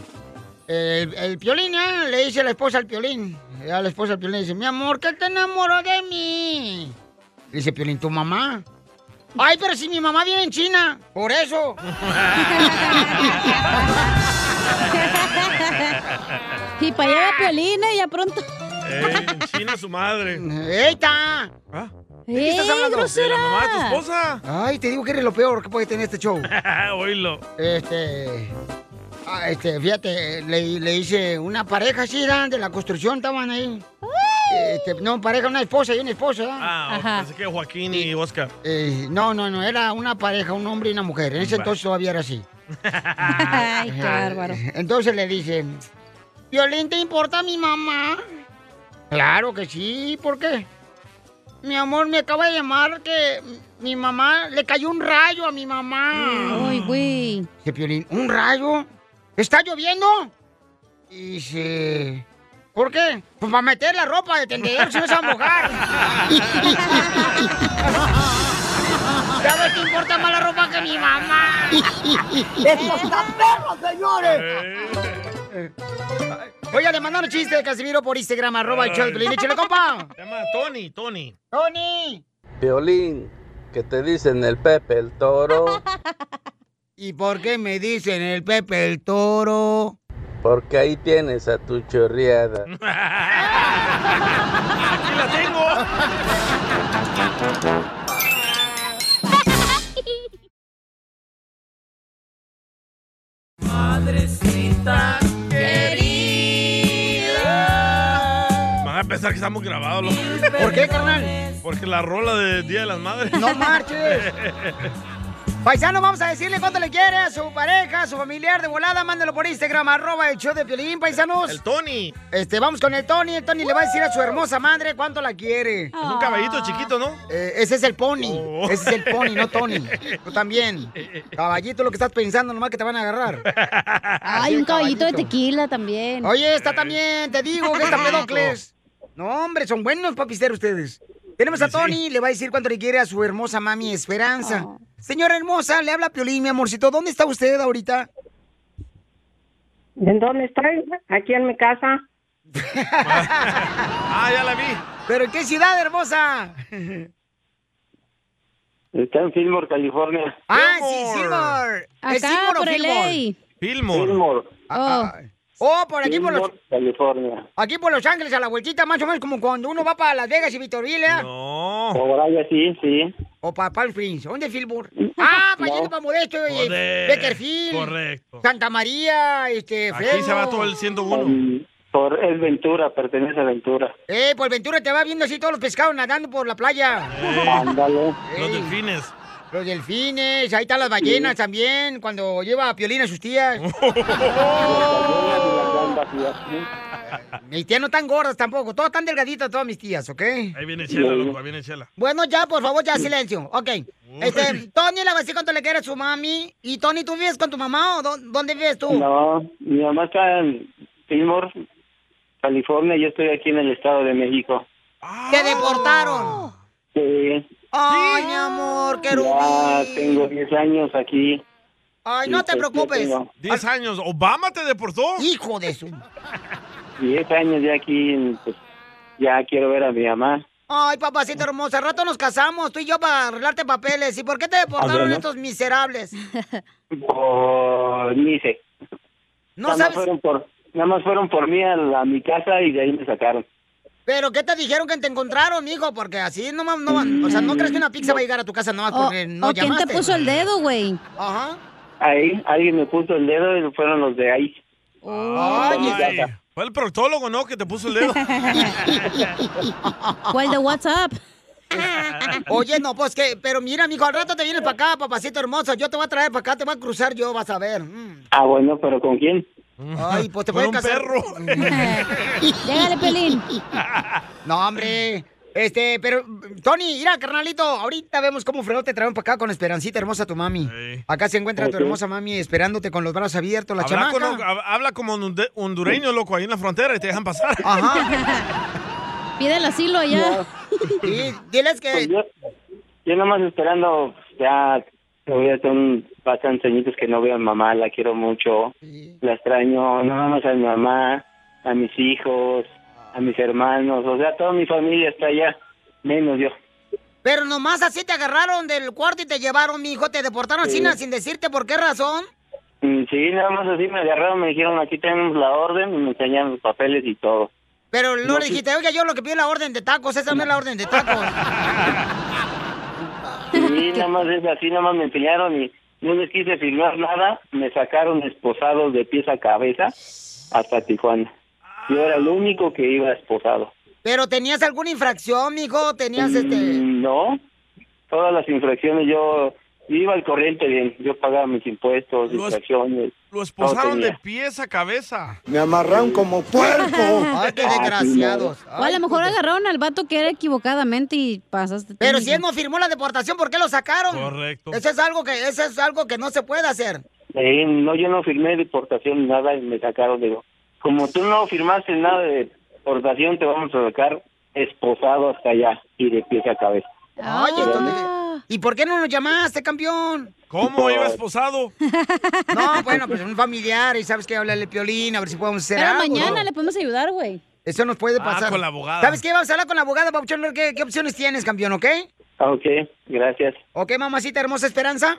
Speaker 1: el, el piolín, ah, le hice la esposa al piolín. A la esposa al piolín le dice, mi amor, ¿qué te enamoró de mí? Le dice piolín, tu mamá. Ay, pero si mi mamá vive en China, por eso.
Speaker 3: Y para allá va Piolina, ya pronto.
Speaker 2: Eh, China su madre.
Speaker 1: ¡Eita!
Speaker 2: ¿Ah?
Speaker 1: ¿De qué estás
Speaker 2: ¡Eh,
Speaker 1: hablando?
Speaker 2: grosera! ¿De la mamá de tu esposa?
Speaker 1: Ay, te digo que eres lo peor que puede tener este show.
Speaker 2: Ah, Oílo.
Speaker 1: Este. ah, este, fíjate, le, le hice una pareja así, ¿da? de la construcción, estaban ahí. Este, no, pareja, una esposa y una esposa. ¿da?
Speaker 2: Ah, pensé que Joaquín y Oscar.
Speaker 1: Eh, no, no, no, era una pareja, un hombre y una mujer. En ese
Speaker 2: Va.
Speaker 1: entonces todavía era así.
Speaker 3: Ay, qué bárbaro.
Speaker 1: Entonces le dice, ¿Violín te importa mi mamá? Claro que sí, ¿por qué? Mi amor, me acaba de llamar que mi mamá le cayó un rayo a mi mamá.
Speaker 3: Uy, Mm. güey.
Speaker 1: Dice Piolín, ¿un rayo? ¿Está lloviendo? Y dice, ¿por qué? Pues para meter la ropa de tendedero si no se va a mojar. ¿Sabes qué importa más la ropa que mi mamá?
Speaker 10: ¡Esto está perro, señores!
Speaker 1: Eh. Oye, le mandaron chiste Casimiro por Instagram, arroba el show de Piolín. Échale, compa!
Speaker 2: Se llama Tony, Tony.
Speaker 1: ¡Tony!
Speaker 9: Violín, que te dicen el Pepe el Toro,
Speaker 1: ¿Y por qué me dicen el Pepe el Toro?
Speaker 9: porque ahí tienes a tu chorreada.
Speaker 2: ¡Aquí la tengo!
Speaker 7: Madrecita querida.
Speaker 2: Van a pensar que estamos grabados, loco.
Speaker 1: ¿Por qué, carnal?
Speaker 2: Porque la rola de Día de las Madres.
Speaker 1: No marches. Paisano, vamos a decirle cuánto le quiere a su pareja, a su familiar de volada. Mándelo por Instagram, arroba el show de Piolín, paisanos. El
Speaker 2: Tony.
Speaker 1: Este, vamos con el Tony. El Tony le va a decir a su hermosa madre cuánto la quiere. Es
Speaker 2: un caballito chiquito, ¿no? Oh.
Speaker 1: ese es el pony. Ese es el pony, no Tony. Tú también. Caballito, lo que estás pensando, nomás que te van a agarrar.
Speaker 3: Ay, un caballito de tequila también.
Speaker 1: Oye, está también, te digo que está pedocles. No, hombre, son buenos papisteros ustedes. Tenemos a Tony, le va a decir cuánto le quiere a su hermosa mami Esperanza.
Speaker 2: Ah.
Speaker 1: Señora hermosa, le habla Piolín, mi amorcito. ¿Dónde está usted ahorita?
Speaker 17: ¿De dónde estoy? Aquí en mi casa.
Speaker 2: Ah, ya la vi.
Speaker 1: ¿Pero en qué ciudad, hermosa?
Speaker 21: Está en Fillmore, California.
Speaker 1: Ah, sí, Silmor. ¿Es
Speaker 3: Acá,
Speaker 1: Silmor o
Speaker 3: por
Speaker 1: Fillmore?
Speaker 3: LA.
Speaker 2: Fillmore.
Speaker 1: Ah, ah. Oh, por aquí por los...
Speaker 21: Fillmore, California.
Speaker 1: Aquí por Los Ángeles, a la vueltita, más o menos como cuando uno va para Las Vegas y Victorville. ¿eh?
Speaker 21: Por allá sí, sí. Mm.
Speaker 1: O para Palm Springs. ¿Dónde es Fillmore? Ah, para allá, para Modesto, eh,
Speaker 21: Joder.
Speaker 1: Beckerfield.
Speaker 21: Correcto.
Speaker 1: Santa María, este,
Speaker 21: Aquí se va todo el 101. Mm, Por el Ventura, pertenece a Ventura.
Speaker 1: Eh, por Ventura te va viendo así todos los pescados nadando por la playa.
Speaker 21: Eh. Ándale.
Speaker 2: Los delfines.
Speaker 1: Los delfines, ahí están las ballenas también, cuando lleva a Piolín a sus tías. mis tías no tan gordas tampoco, todas tan delgaditas todas mis tías, ¿ok?
Speaker 2: Ahí viene Chela, loco, ahí viene Chela.
Speaker 1: Bueno, ya, por favor, ya silencio. Ok. Este, Tony le va a decir cuánto le quiere a su mami. Y Tony, ¿tú vives con tu mamá o dó- dónde vives tú?
Speaker 21: No, mi mamá está en Fillmore, California. Yo estoy aquí en el Estado de México.
Speaker 1: Te deportaron.
Speaker 21: Sí,
Speaker 1: Ay, mi amor, qué
Speaker 21: Pues, ya
Speaker 1: rubí.
Speaker 21: tengo 10 años aquí.
Speaker 1: Ay, no te
Speaker 21: Sí, sí,
Speaker 1: preocupes.
Speaker 21: tengo.
Speaker 2: 10 años. ¿Obama te deportó?
Speaker 1: Hijo de su...
Speaker 21: 10 años ya aquí. pues, ya quiero ver a mi mamá.
Speaker 1: Ay, papacito hermoso, al rato nos casamos, tú y yo para arreglarte papeles. ¿Y por qué te deportaron
Speaker 21: Ándale.
Speaker 1: estos miserables?
Speaker 21: Por ni sé.
Speaker 1: No
Speaker 21: nada
Speaker 1: sabes-
Speaker 21: Más fueron por, nada más fueron por mí a, la- a mi casa y de ahí me sacaron.
Speaker 1: ¿Pero qué te dijeron que te encontraron, hijo? Porque así no ma- no O sea, ¿no crees que una pizza va a llegar a tu casa nomás
Speaker 3: O,
Speaker 1: porque no
Speaker 3: o quién te
Speaker 1: llamaste?
Speaker 3: puso el dedo, güey.
Speaker 1: Ajá.
Speaker 21: Ahí alguien me puso el dedo y fueron los de ahí.
Speaker 2: Ay. Fue el proctólogo, ¿no? Que te puso el dedo.
Speaker 3: O el de WhatsApp.
Speaker 1: Oye, no, pues que... Pero mira, mijo, al rato te vienes para acá, papacito hermoso. Yo te voy a traer para acá, te voy a cruzar yo, vas a ver. Mm.
Speaker 21: Ah, bueno, pero ¿con quién?
Speaker 1: Ay, pues te puedes casar.
Speaker 3: Llegale, Pelín.
Speaker 1: No, hombre. Este, pero, Tony, mira, carnalito, ahorita vemos cómo fregó te traen para acá con Esperancita hermosa tu mami. Acá se encuentra tu
Speaker 2: Ok.
Speaker 1: hermosa mami esperándote con los brazos abiertos, la
Speaker 2: Habla,
Speaker 1: chamaca.
Speaker 2: con- hab- habla como honde- hondureño, loco, ahí en la frontera y te dejan pasar.
Speaker 3: Pide el asilo allá.
Speaker 1: Sí, diles
Speaker 21: Pues yo, yo nomás esperando, ya todavía son bastantes añitos que no veo a mi mamá, la quiero mucho, la extraño, no nomás a mi mamá, a mis hijos, a mis hermanos, o sea, toda mi familia está allá, menos yo.
Speaker 1: Pero nomás así te agarraron del cuarto y te llevaron, mi hijo, te deportaron
Speaker 21: Sí.
Speaker 1: sin, sin decirte por qué razón.
Speaker 21: Mm, Sí, nada más así me agarraron, me dijeron, aquí tenemos la orden, y me enseñaron los papeles y todo.
Speaker 1: Pero no,
Speaker 21: No,
Speaker 1: le
Speaker 21: sí.
Speaker 1: dijiste, oiga, yo lo que pido es la orden de tacos, esa no es la orden de tacos.
Speaker 21: Y nada más es así, nada más me empeñaron y no les quise firmar nada. Me sacaron esposados de pies a cabeza hasta Tijuana. Yo era el único que iba esposado.
Speaker 1: Pero tenías alguna infracción, mijo, tenías este...
Speaker 21: Mm, No, todas las infracciones yo iba al corriente bien. Yo pagaba mis impuestos,
Speaker 2: Lo es-
Speaker 21: infracciones.
Speaker 2: Lo esposaron
Speaker 21: todo
Speaker 2: de
Speaker 21: tenía.
Speaker 2: pies a cabeza.
Speaker 21: Me amarraron como
Speaker 1: puerco. Ay, qué
Speaker 21: Ah, sí,
Speaker 1: desgraciados.
Speaker 3: O a lo mejor agarraron al vato que era equivocadamente y pasaste.
Speaker 1: Pero si él no firmó la deportación, ¿por qué lo sacaron? Correcto. Eso es algo que, eso es algo que no se puede hacer.
Speaker 21: Eh, no, yo no firmé deportación ni nada y me sacaron. Digo, como tú no firmaste nada de deportación, te vamos a sacar esposado hasta allá y de pies a cabeza.
Speaker 1: Oye,
Speaker 3: Ah.
Speaker 1: entonces, ¿y por qué no nos llamaste, campeón?
Speaker 21: ¿Cómo iba
Speaker 2: esposado?
Speaker 1: No, bueno, pues un familiar y sabes que hablarle piolín, a ver si podemos hacer
Speaker 3: Pero
Speaker 1: algo,
Speaker 3: mañana
Speaker 1: ¿no?
Speaker 3: le podemos ayudar, güey.
Speaker 1: Eso nos puede
Speaker 3: Ah,
Speaker 1: pasar.
Speaker 21: con la abogada.
Speaker 1: ¿Sabes qué? Vamos a hablar con la abogada, Papuchón, a ver qué, qué opciones tienes, campeón, ¿ok?
Speaker 21: Ah, ok, gracias.
Speaker 1: ¿Ok, mamacita hermosa Esperanza?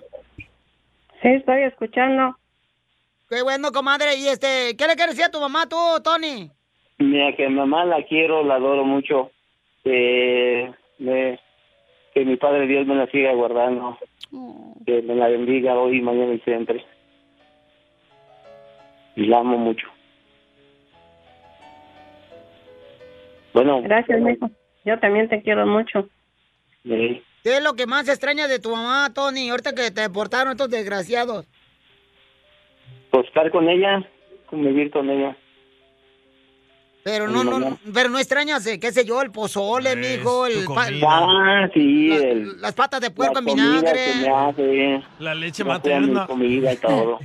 Speaker 17: Sí, estoy escuchando.
Speaker 1: Qué bueno, comadre. ¿Y este, qué le quieres decir a tu mamá tú, Tony?
Speaker 21: Mira, que mamá la quiero, la adoro mucho. Eh, me- que mi padre Dios me la siga guardando. Que me la bendiga hoy, mañana y siempre. Y la amo mucho. Bueno,
Speaker 17: Gracias, mijo. Yo también te quiero mucho.
Speaker 21: eh,
Speaker 1: ¿Qué es lo que más extraña de tu mamá, Tony? Ahorita que te deportaron estos desgraciados.
Speaker 21: pues estar con ella, convivir con ella.
Speaker 1: Pero
Speaker 21: Mi
Speaker 1: no, no,
Speaker 21: mamá.
Speaker 1: pero no extrañas, eh, qué sé yo, el pozole, mijo, el pa-
Speaker 21: Ah, sí, el-
Speaker 1: las patas de
Speaker 21: la
Speaker 1: puerco en
Speaker 21: comida
Speaker 1: vinagre.
Speaker 21: que me hace.
Speaker 2: La leche
Speaker 21: me hace
Speaker 2: materna.
Speaker 21: mi comida y todo.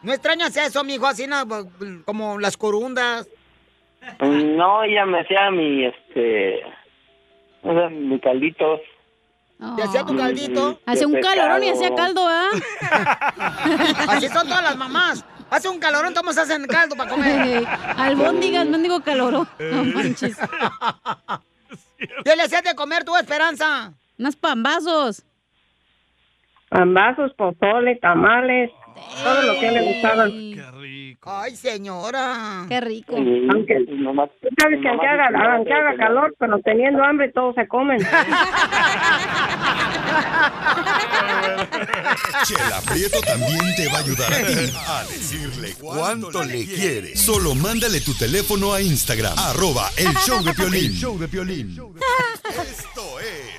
Speaker 1: No extrañas eso, mijo, así na- como las corundas.
Speaker 21: No, ella me hacía mi, este, o sea, mi caldito.
Speaker 1: Te hacía tu caldito.
Speaker 21: Mm, Hacía de un calorón y pescado. hacía caldo,
Speaker 1: ¿ah? Así son todas las mamás. Hace un calorón, todos hacen caldo para comer.
Speaker 3: Albóndigas, no digo calorón. No manches.
Speaker 1: ¿Qué le hacías de comer tu esperanza?
Speaker 3: Unas pambazos.
Speaker 17: Ambazos, pozole, tamales, todo lo que le gustaba.
Speaker 1: Ay, señora.
Speaker 3: Qué rico.
Speaker 17: Aunque, sabes que aunque haga, aunque haga calor, pero teniendo hambre todos se comen.
Speaker 8: Chela Prieto también te va a ayudar a ti a decirle cuánto le quiere. Solo mándale tu teléfono a Instagram, arroba el show de Piolín.
Speaker 7: El
Speaker 8: show de Piolín. Esto es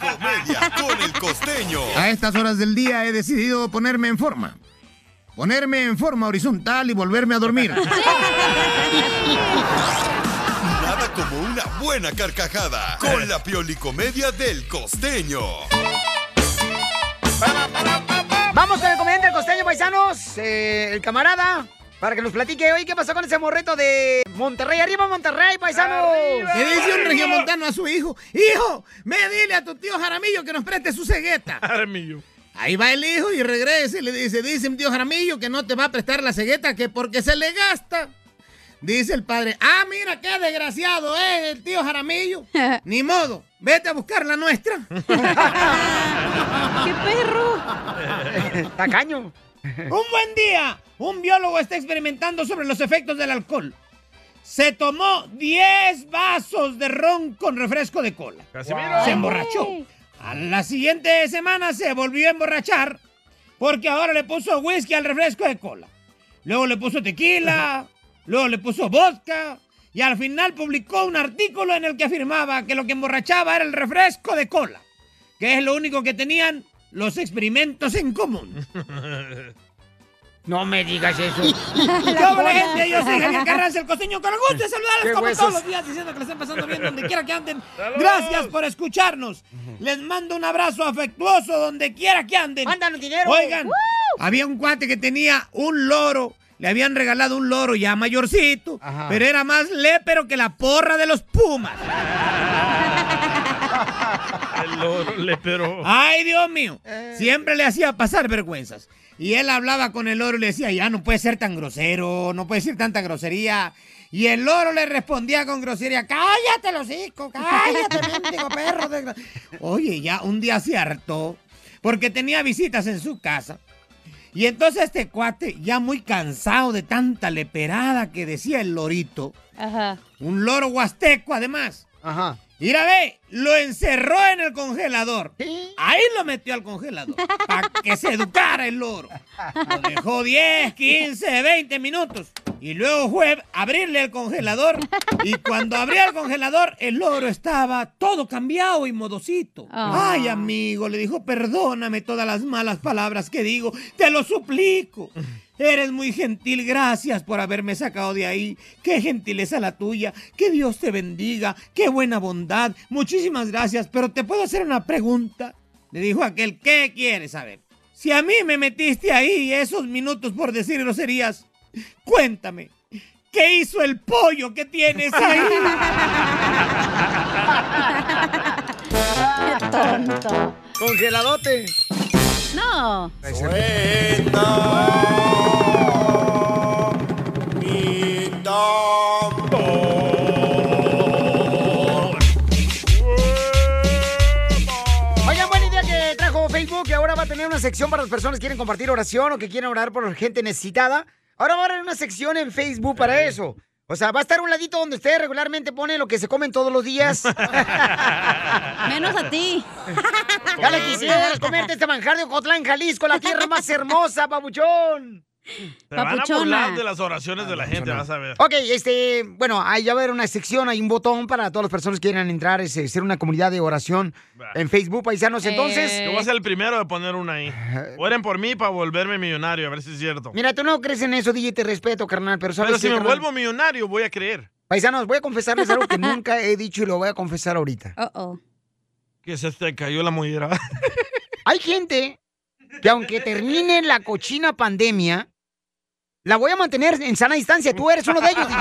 Speaker 8: Comedia con el costeño.
Speaker 14: A estas horas del día he decidido ponerme en forma. Ponerme en forma horizontal y volverme a dormir.
Speaker 8: Nada como una buena carcajada con la piolicomedia del costeño.
Speaker 1: Vamos con el comediante del costeño, paisanos. Eh, el camarada, para que nos platique hoy qué pasó con ese morreto de Monterrey. ¡Arriba, Monterrey, paisanos!
Speaker 14: Le dice un regiomontano a su hijo, hijo, me dile a tu tío Jaramillo que nos preste su cegueta.
Speaker 2: Jaramillo.
Speaker 14: Ahí va el hijo y regresa y le dice, dice mi tío Jaramillo que no te va a prestar la cegueta que porque se le gasta. Dice el padre, ah, mira qué desgraciado es el tío Jaramillo. Ni modo, vete a buscar la nuestra. ¡Qué perro!
Speaker 1: ¡Tacaño!
Speaker 14: Un buen día, un biólogo está experimentando sobre los efectos del alcohol. Se tomó 10 vasos de ron con refresco de cola.
Speaker 2: Casimiro.
Speaker 14: Se emborrachó. A la siguiente semana se volvió a emborrachar porque ahora le puso whisky al refresco de cola. Luego le puso tequila, luego le puso vodka y al final publicó un artículo en el que afirmaba que lo que emborrachaba era el refresco de cola, que es lo único que tenían los experimentos en común.
Speaker 1: No me digas eso.
Speaker 14: Yo, hola, gente, yo soy Javier Carranza, el costeño, con el gusto de
Speaker 1: Qué
Speaker 14: saludarlos como
Speaker 1: huesos.
Speaker 14: todos los días, diciendo que les están pasando bien donde quiera que anden. Gracias por escucharnos. Les mando un abrazo afectuoso donde quiera que anden.
Speaker 1: Mándanos dinero.
Speaker 14: Oigan,
Speaker 1: ¡Woo!
Speaker 14: había un cuate que tenía un loro. Le habían regalado un loro ya mayorcito, pero era más lépero que la porra de los Pumas.
Speaker 2: El loro le pero.
Speaker 14: Ay, Dios mío. Siempre le hacía pasar vergüenzas. Y él hablaba con el loro y le decía, ya no puede ser tan grosero, no puede decir tanta grosería. Y el loro le respondía con grosería, cállate los hijos, cállate, mendigo perro. de gra-". Oye, ya un día se hartó porque tenía visitas en su casa. Y entonces este cuate, ya muy cansado de tanta leperada que decía el lorito,
Speaker 3: Ajá.
Speaker 14: un loro huasteco además.
Speaker 1: Ajá.
Speaker 14: Mira, ve, lo encerró en el congelador. Ahí lo metió al congelador. Para que se educara el loro. Lo dejó 10, 15, 20 minutos. Y luego fue a abrirle el congelador. Y cuando abría el congelador, el loro estaba todo cambiado y modosito.
Speaker 7: Ah.
Speaker 14: Ay, amigo, le dijo, perdóname todas las malas palabras que digo. Te lo suplico. Eres muy gentil, gracias por haberme sacado de ahí. Qué gentileza la tuya, que Dios te bendiga, qué buena bondad. Muchísimas gracias, pero te puedo hacer una pregunta. Le dijo aquel, ¿qué quieres saber? Si a mí me metiste ahí esos minutos por decir groserías, cuéntame, ¿qué hizo el pollo que tienes ahí?
Speaker 3: Qué tonto.
Speaker 1: Congeladote.
Speaker 3: No.
Speaker 1: Oigan, buena idea que trajo Facebook, que ahora va a tener una sección para las personas que quieren compartir oración o que quieren orar por gente necesitada. Ahora va a haber una sección en Facebook para eso. O sea, va a estar un ladito donde ustedes regularmente ponen lo que se comen todos los días.
Speaker 3: Menos a ti.
Speaker 1: Ya le quisieras comerte este manjar de Ocotlán, Jalisco, la tierra más hermosa, papuchón.
Speaker 2: Te van a burlar de las oraciones de la gente, vas a ver.
Speaker 1: Ok, este, bueno, ahí ya va a haber una sección, hay un botón para todas las personas que quieran entrar, es, eh, ser una comunidad de oración en Facebook, paisanos. Pues Entonces,
Speaker 2: Yo voy a ser el primero de poner una ahí. Oren por mí para volverme millonario, a ver si es cierto.
Speaker 1: mira, tú no crees en eso, DJ, te respeto, carnal, pero sabes
Speaker 2: Pero si
Speaker 1: qué,
Speaker 2: me
Speaker 1: carnal?
Speaker 2: vuelvo millonario, voy a creer.
Speaker 1: Paisanos, voy a confesarles algo que nunca he dicho y lo voy a confesar ahorita.
Speaker 2: Que se te cayó la mollera.
Speaker 1: Hay gente que aunque termine la cochina pandemia, la voy a mantener en sana distancia. Tú eres uno de ellos, DJ.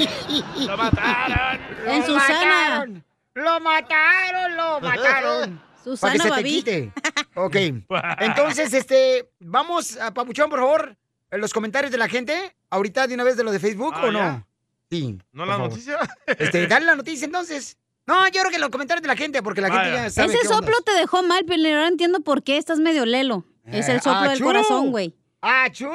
Speaker 8: Oh.
Speaker 7: ¡Lo mataron!
Speaker 1: En Susana.
Speaker 7: mataron!
Speaker 1: ¡Lo mataron! ¡Lo mataron! Para que se te quite. Ok. Entonces, este, vamos, a Papuchón, por favor, en los comentarios de la gente, ahorita de una vez de lo de Facebook
Speaker 2: Ah,
Speaker 1: o no.
Speaker 2: ya.
Speaker 1: Sí.
Speaker 2: ¿No
Speaker 1: por
Speaker 2: la
Speaker 1: favor.
Speaker 2: noticia?
Speaker 1: Este, dale la noticia entonces. No, yo creo que los comentarios de la gente, porque la gente ya Eh, sabe.
Speaker 3: Ese
Speaker 1: qué onda.
Speaker 3: soplo te dejó mal, pero ahora entiendo por qué estás medio lelo. Es el
Speaker 1: Eh,
Speaker 3: soplo del
Speaker 1: achú.
Speaker 3: corazón, güey.
Speaker 1: ¡Achú!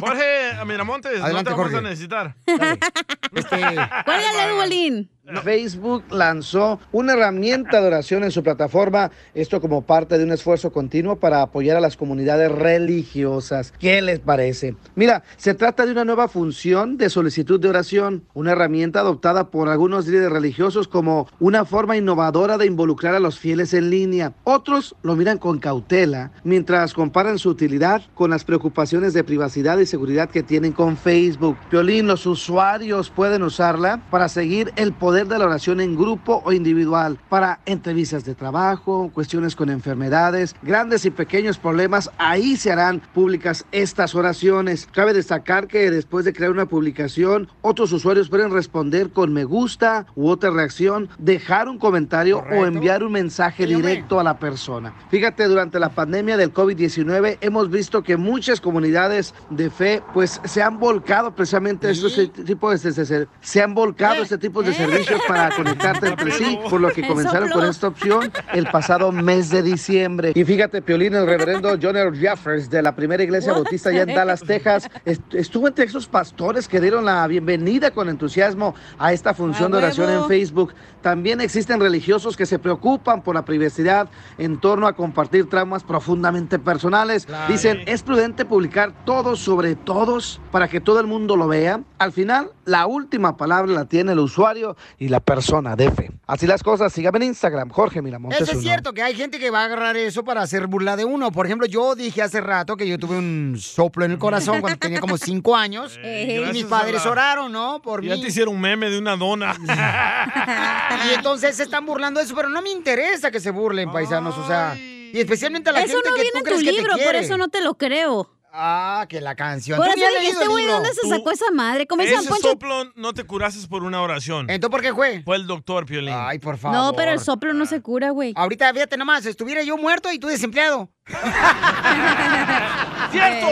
Speaker 2: Jorge a Miramontes, no
Speaker 1: ¡Ah, Adelante,
Speaker 2: te vamos
Speaker 1: Jorge. Este,
Speaker 2: a necesitar.
Speaker 3: Cuélgale, Duolín.
Speaker 4: Facebook lanzó una herramienta de oración en su plataforma, esto como parte de un esfuerzo continuo para apoyar a las comunidades religiosas. ¿Qué les parece? Mira, se trata de una nueva función de solicitud de oración, una herramienta adoptada por algunos líderes religiosos como una forma innovadora de involucrar a los fieles en línea. Otros lo miran con cautela, mientras comparan su utilidad con las preocupaciones de privacidad y seguridad que tienen con Facebook. Piolín, los usuarios pueden usarla para seguir el poder de la oración en grupo o individual, para entrevistas de trabajo, cuestiones con enfermedades, grandes y pequeños problemas. Ahí se harán públicas estas oraciones. Cabe destacar que después de crear una publicación, otros usuarios pueden responder con me gusta u otra reacción, dejar un comentario o enviar un mensaje directo a la persona. Fíjate, durante la pandemia del COVID-19 hemos visto que muchas comunidades de fe pues se han volcado precisamente a estos tipos de, se- se- se han volcado a este tipo de servicios para conectarte entre sí, por lo que
Speaker 8: El
Speaker 4: comenzaron
Speaker 8: soplo.
Speaker 4: con esta opción el pasado mes de diciembre. Y fíjate, Piolín, el reverendo John L. Jeffers de la primera iglesia bautista allá en Dallas, Texas, est- estuvo entre esos pastores que dieron la bienvenida con entusiasmo a esta función
Speaker 11: ¡A
Speaker 4: de oración en
Speaker 11: huevo!
Speaker 4: Facebook. También existen religiosos que se preocupan por la privacidad en torno a compartir traumas profundamente personales. Dicen, es prudente publicar todo sobre todos para que todo el mundo lo vea. Al final, la última palabra la tiene el usuario y la persona de fe. Así las cosas, síganme en Instagram, Jorge Miramontes.
Speaker 1: Eso es
Speaker 4: uno.
Speaker 1: cierto, que hay gente que va a agarrar eso para hacer burla de uno. Por ejemplo, yo dije hace rato que yo tuve un soplo en el corazón cuando tenía como cinco años. eh, y mis
Speaker 2: Eh, gracias a
Speaker 1: padres
Speaker 2: la-
Speaker 1: oraron, ¿no? Por
Speaker 2: Ya
Speaker 1: mí.
Speaker 2: te hicieron un meme de una dona.
Speaker 1: Y entonces se están burlando de eso, pero no me interesa que se burlen, paisanos. O sea, y especialmente a la
Speaker 3: Eso
Speaker 1: gente
Speaker 3: no
Speaker 1: que
Speaker 3: viene
Speaker 1: tú
Speaker 3: en
Speaker 1: crees
Speaker 3: tu
Speaker 1: que
Speaker 3: libro,
Speaker 1: te
Speaker 3: por
Speaker 1: quiere.
Speaker 3: eso no te lo creo.
Speaker 1: Ah, que la canción.
Speaker 3: Por
Speaker 1: ¿Tú
Speaker 3: eso
Speaker 1: ni has
Speaker 3: dije,
Speaker 1: leído
Speaker 3: este
Speaker 1: el
Speaker 3: güey,
Speaker 1: libro?
Speaker 3: ¿dónde se sacó esa madre? ¿Cómo dice
Speaker 2: Ese
Speaker 3: Don Poncho?
Speaker 2: soplo no te curases por una oración.
Speaker 1: ¿Entonces por qué fue?
Speaker 2: Fue el doctor, Piolín.
Speaker 1: Ay, por
Speaker 3: No, pero el soplo no se cura, güey.
Speaker 1: Ahorita, fíjate nomás, estuviera yo muerto y tú desempleado.
Speaker 2: ¡Cierto!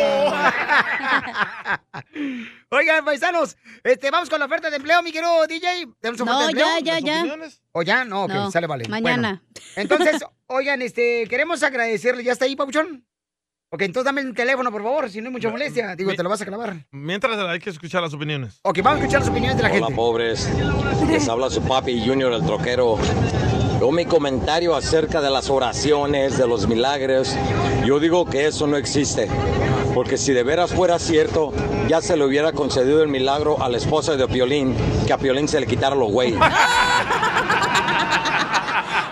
Speaker 1: Oigan, paisanos, este, vamos con la oferta de empleo, mi querido DJ. ¿Tenemos oferta
Speaker 3: No,
Speaker 1: de empleo?
Speaker 3: ya, ya,
Speaker 1: ¿Las
Speaker 3: ya.
Speaker 1: opiniones? ¿O ya? No, ok,
Speaker 3: No,
Speaker 1: sale, vale.
Speaker 3: mañana.
Speaker 1: Bueno, entonces, oigan, este, queremos agradecerle. ¿Ya está ahí, Pabuchón? Ok, entonces dame el teléfono, por favor, si no hay mucha molestia. Digo, te lo vas a clavar.
Speaker 2: Mientras hay que escuchar las opiniones.
Speaker 1: Ok, vamos a escuchar las opiniones de la
Speaker 2: Hola,
Speaker 1: gente.
Speaker 11: pobres. Les habla su papi Junior el troquero. Yo mi comentario acerca de las oraciones, de los milagros, yo digo que eso no existe. Porque si de veras fuera cierto, ya se le hubiera concedido el milagro a la esposa de Piolín, que a Piolín se le quitaron los güeyes.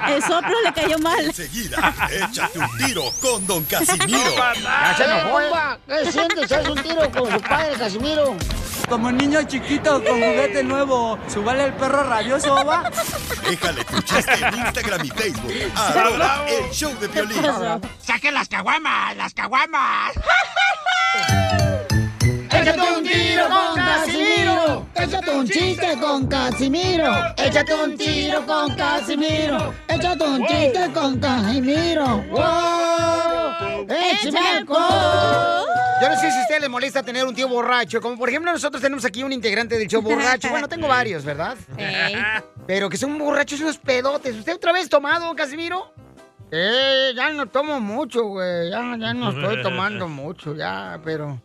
Speaker 3: El soplo le cayó mal.
Speaker 8: Enseguida, échate un tiro con Don Casimiro.
Speaker 1: Ah,
Speaker 10: compa, Eh, ¿Qué sientes? ¿Haz un tiro con su padre, Casimiro?
Speaker 15: Como niño chiquito con juguete nuevo, subale el perro rabioso, va.
Speaker 8: Déjale tu chiste en Instagram y Facebook. Arroba el show de violín.
Speaker 7: ¡Saque las caguamas! ¡Las caguamas!
Speaker 10: Échate un tiro con Casimiro. Échate un chiste con Casimiro. Échate un tiro con Casimiro. Échate un chiste con Casimiro. ¡Wow! ¡Échame alcohol!
Speaker 1: Yo no sé si a ustedes les molesta tener un tío borracho. Como por ejemplo, nosotros tenemos aquí un integrante del show borracho. Bueno, tengo varios, ¿verdad? Pero que son borrachos unos pedotes. ¿Usted otra vez tomado, Casimiro? Eh, ya no tomo mucho, güey. Ya, ya no estoy tomando mucho, ya, pero.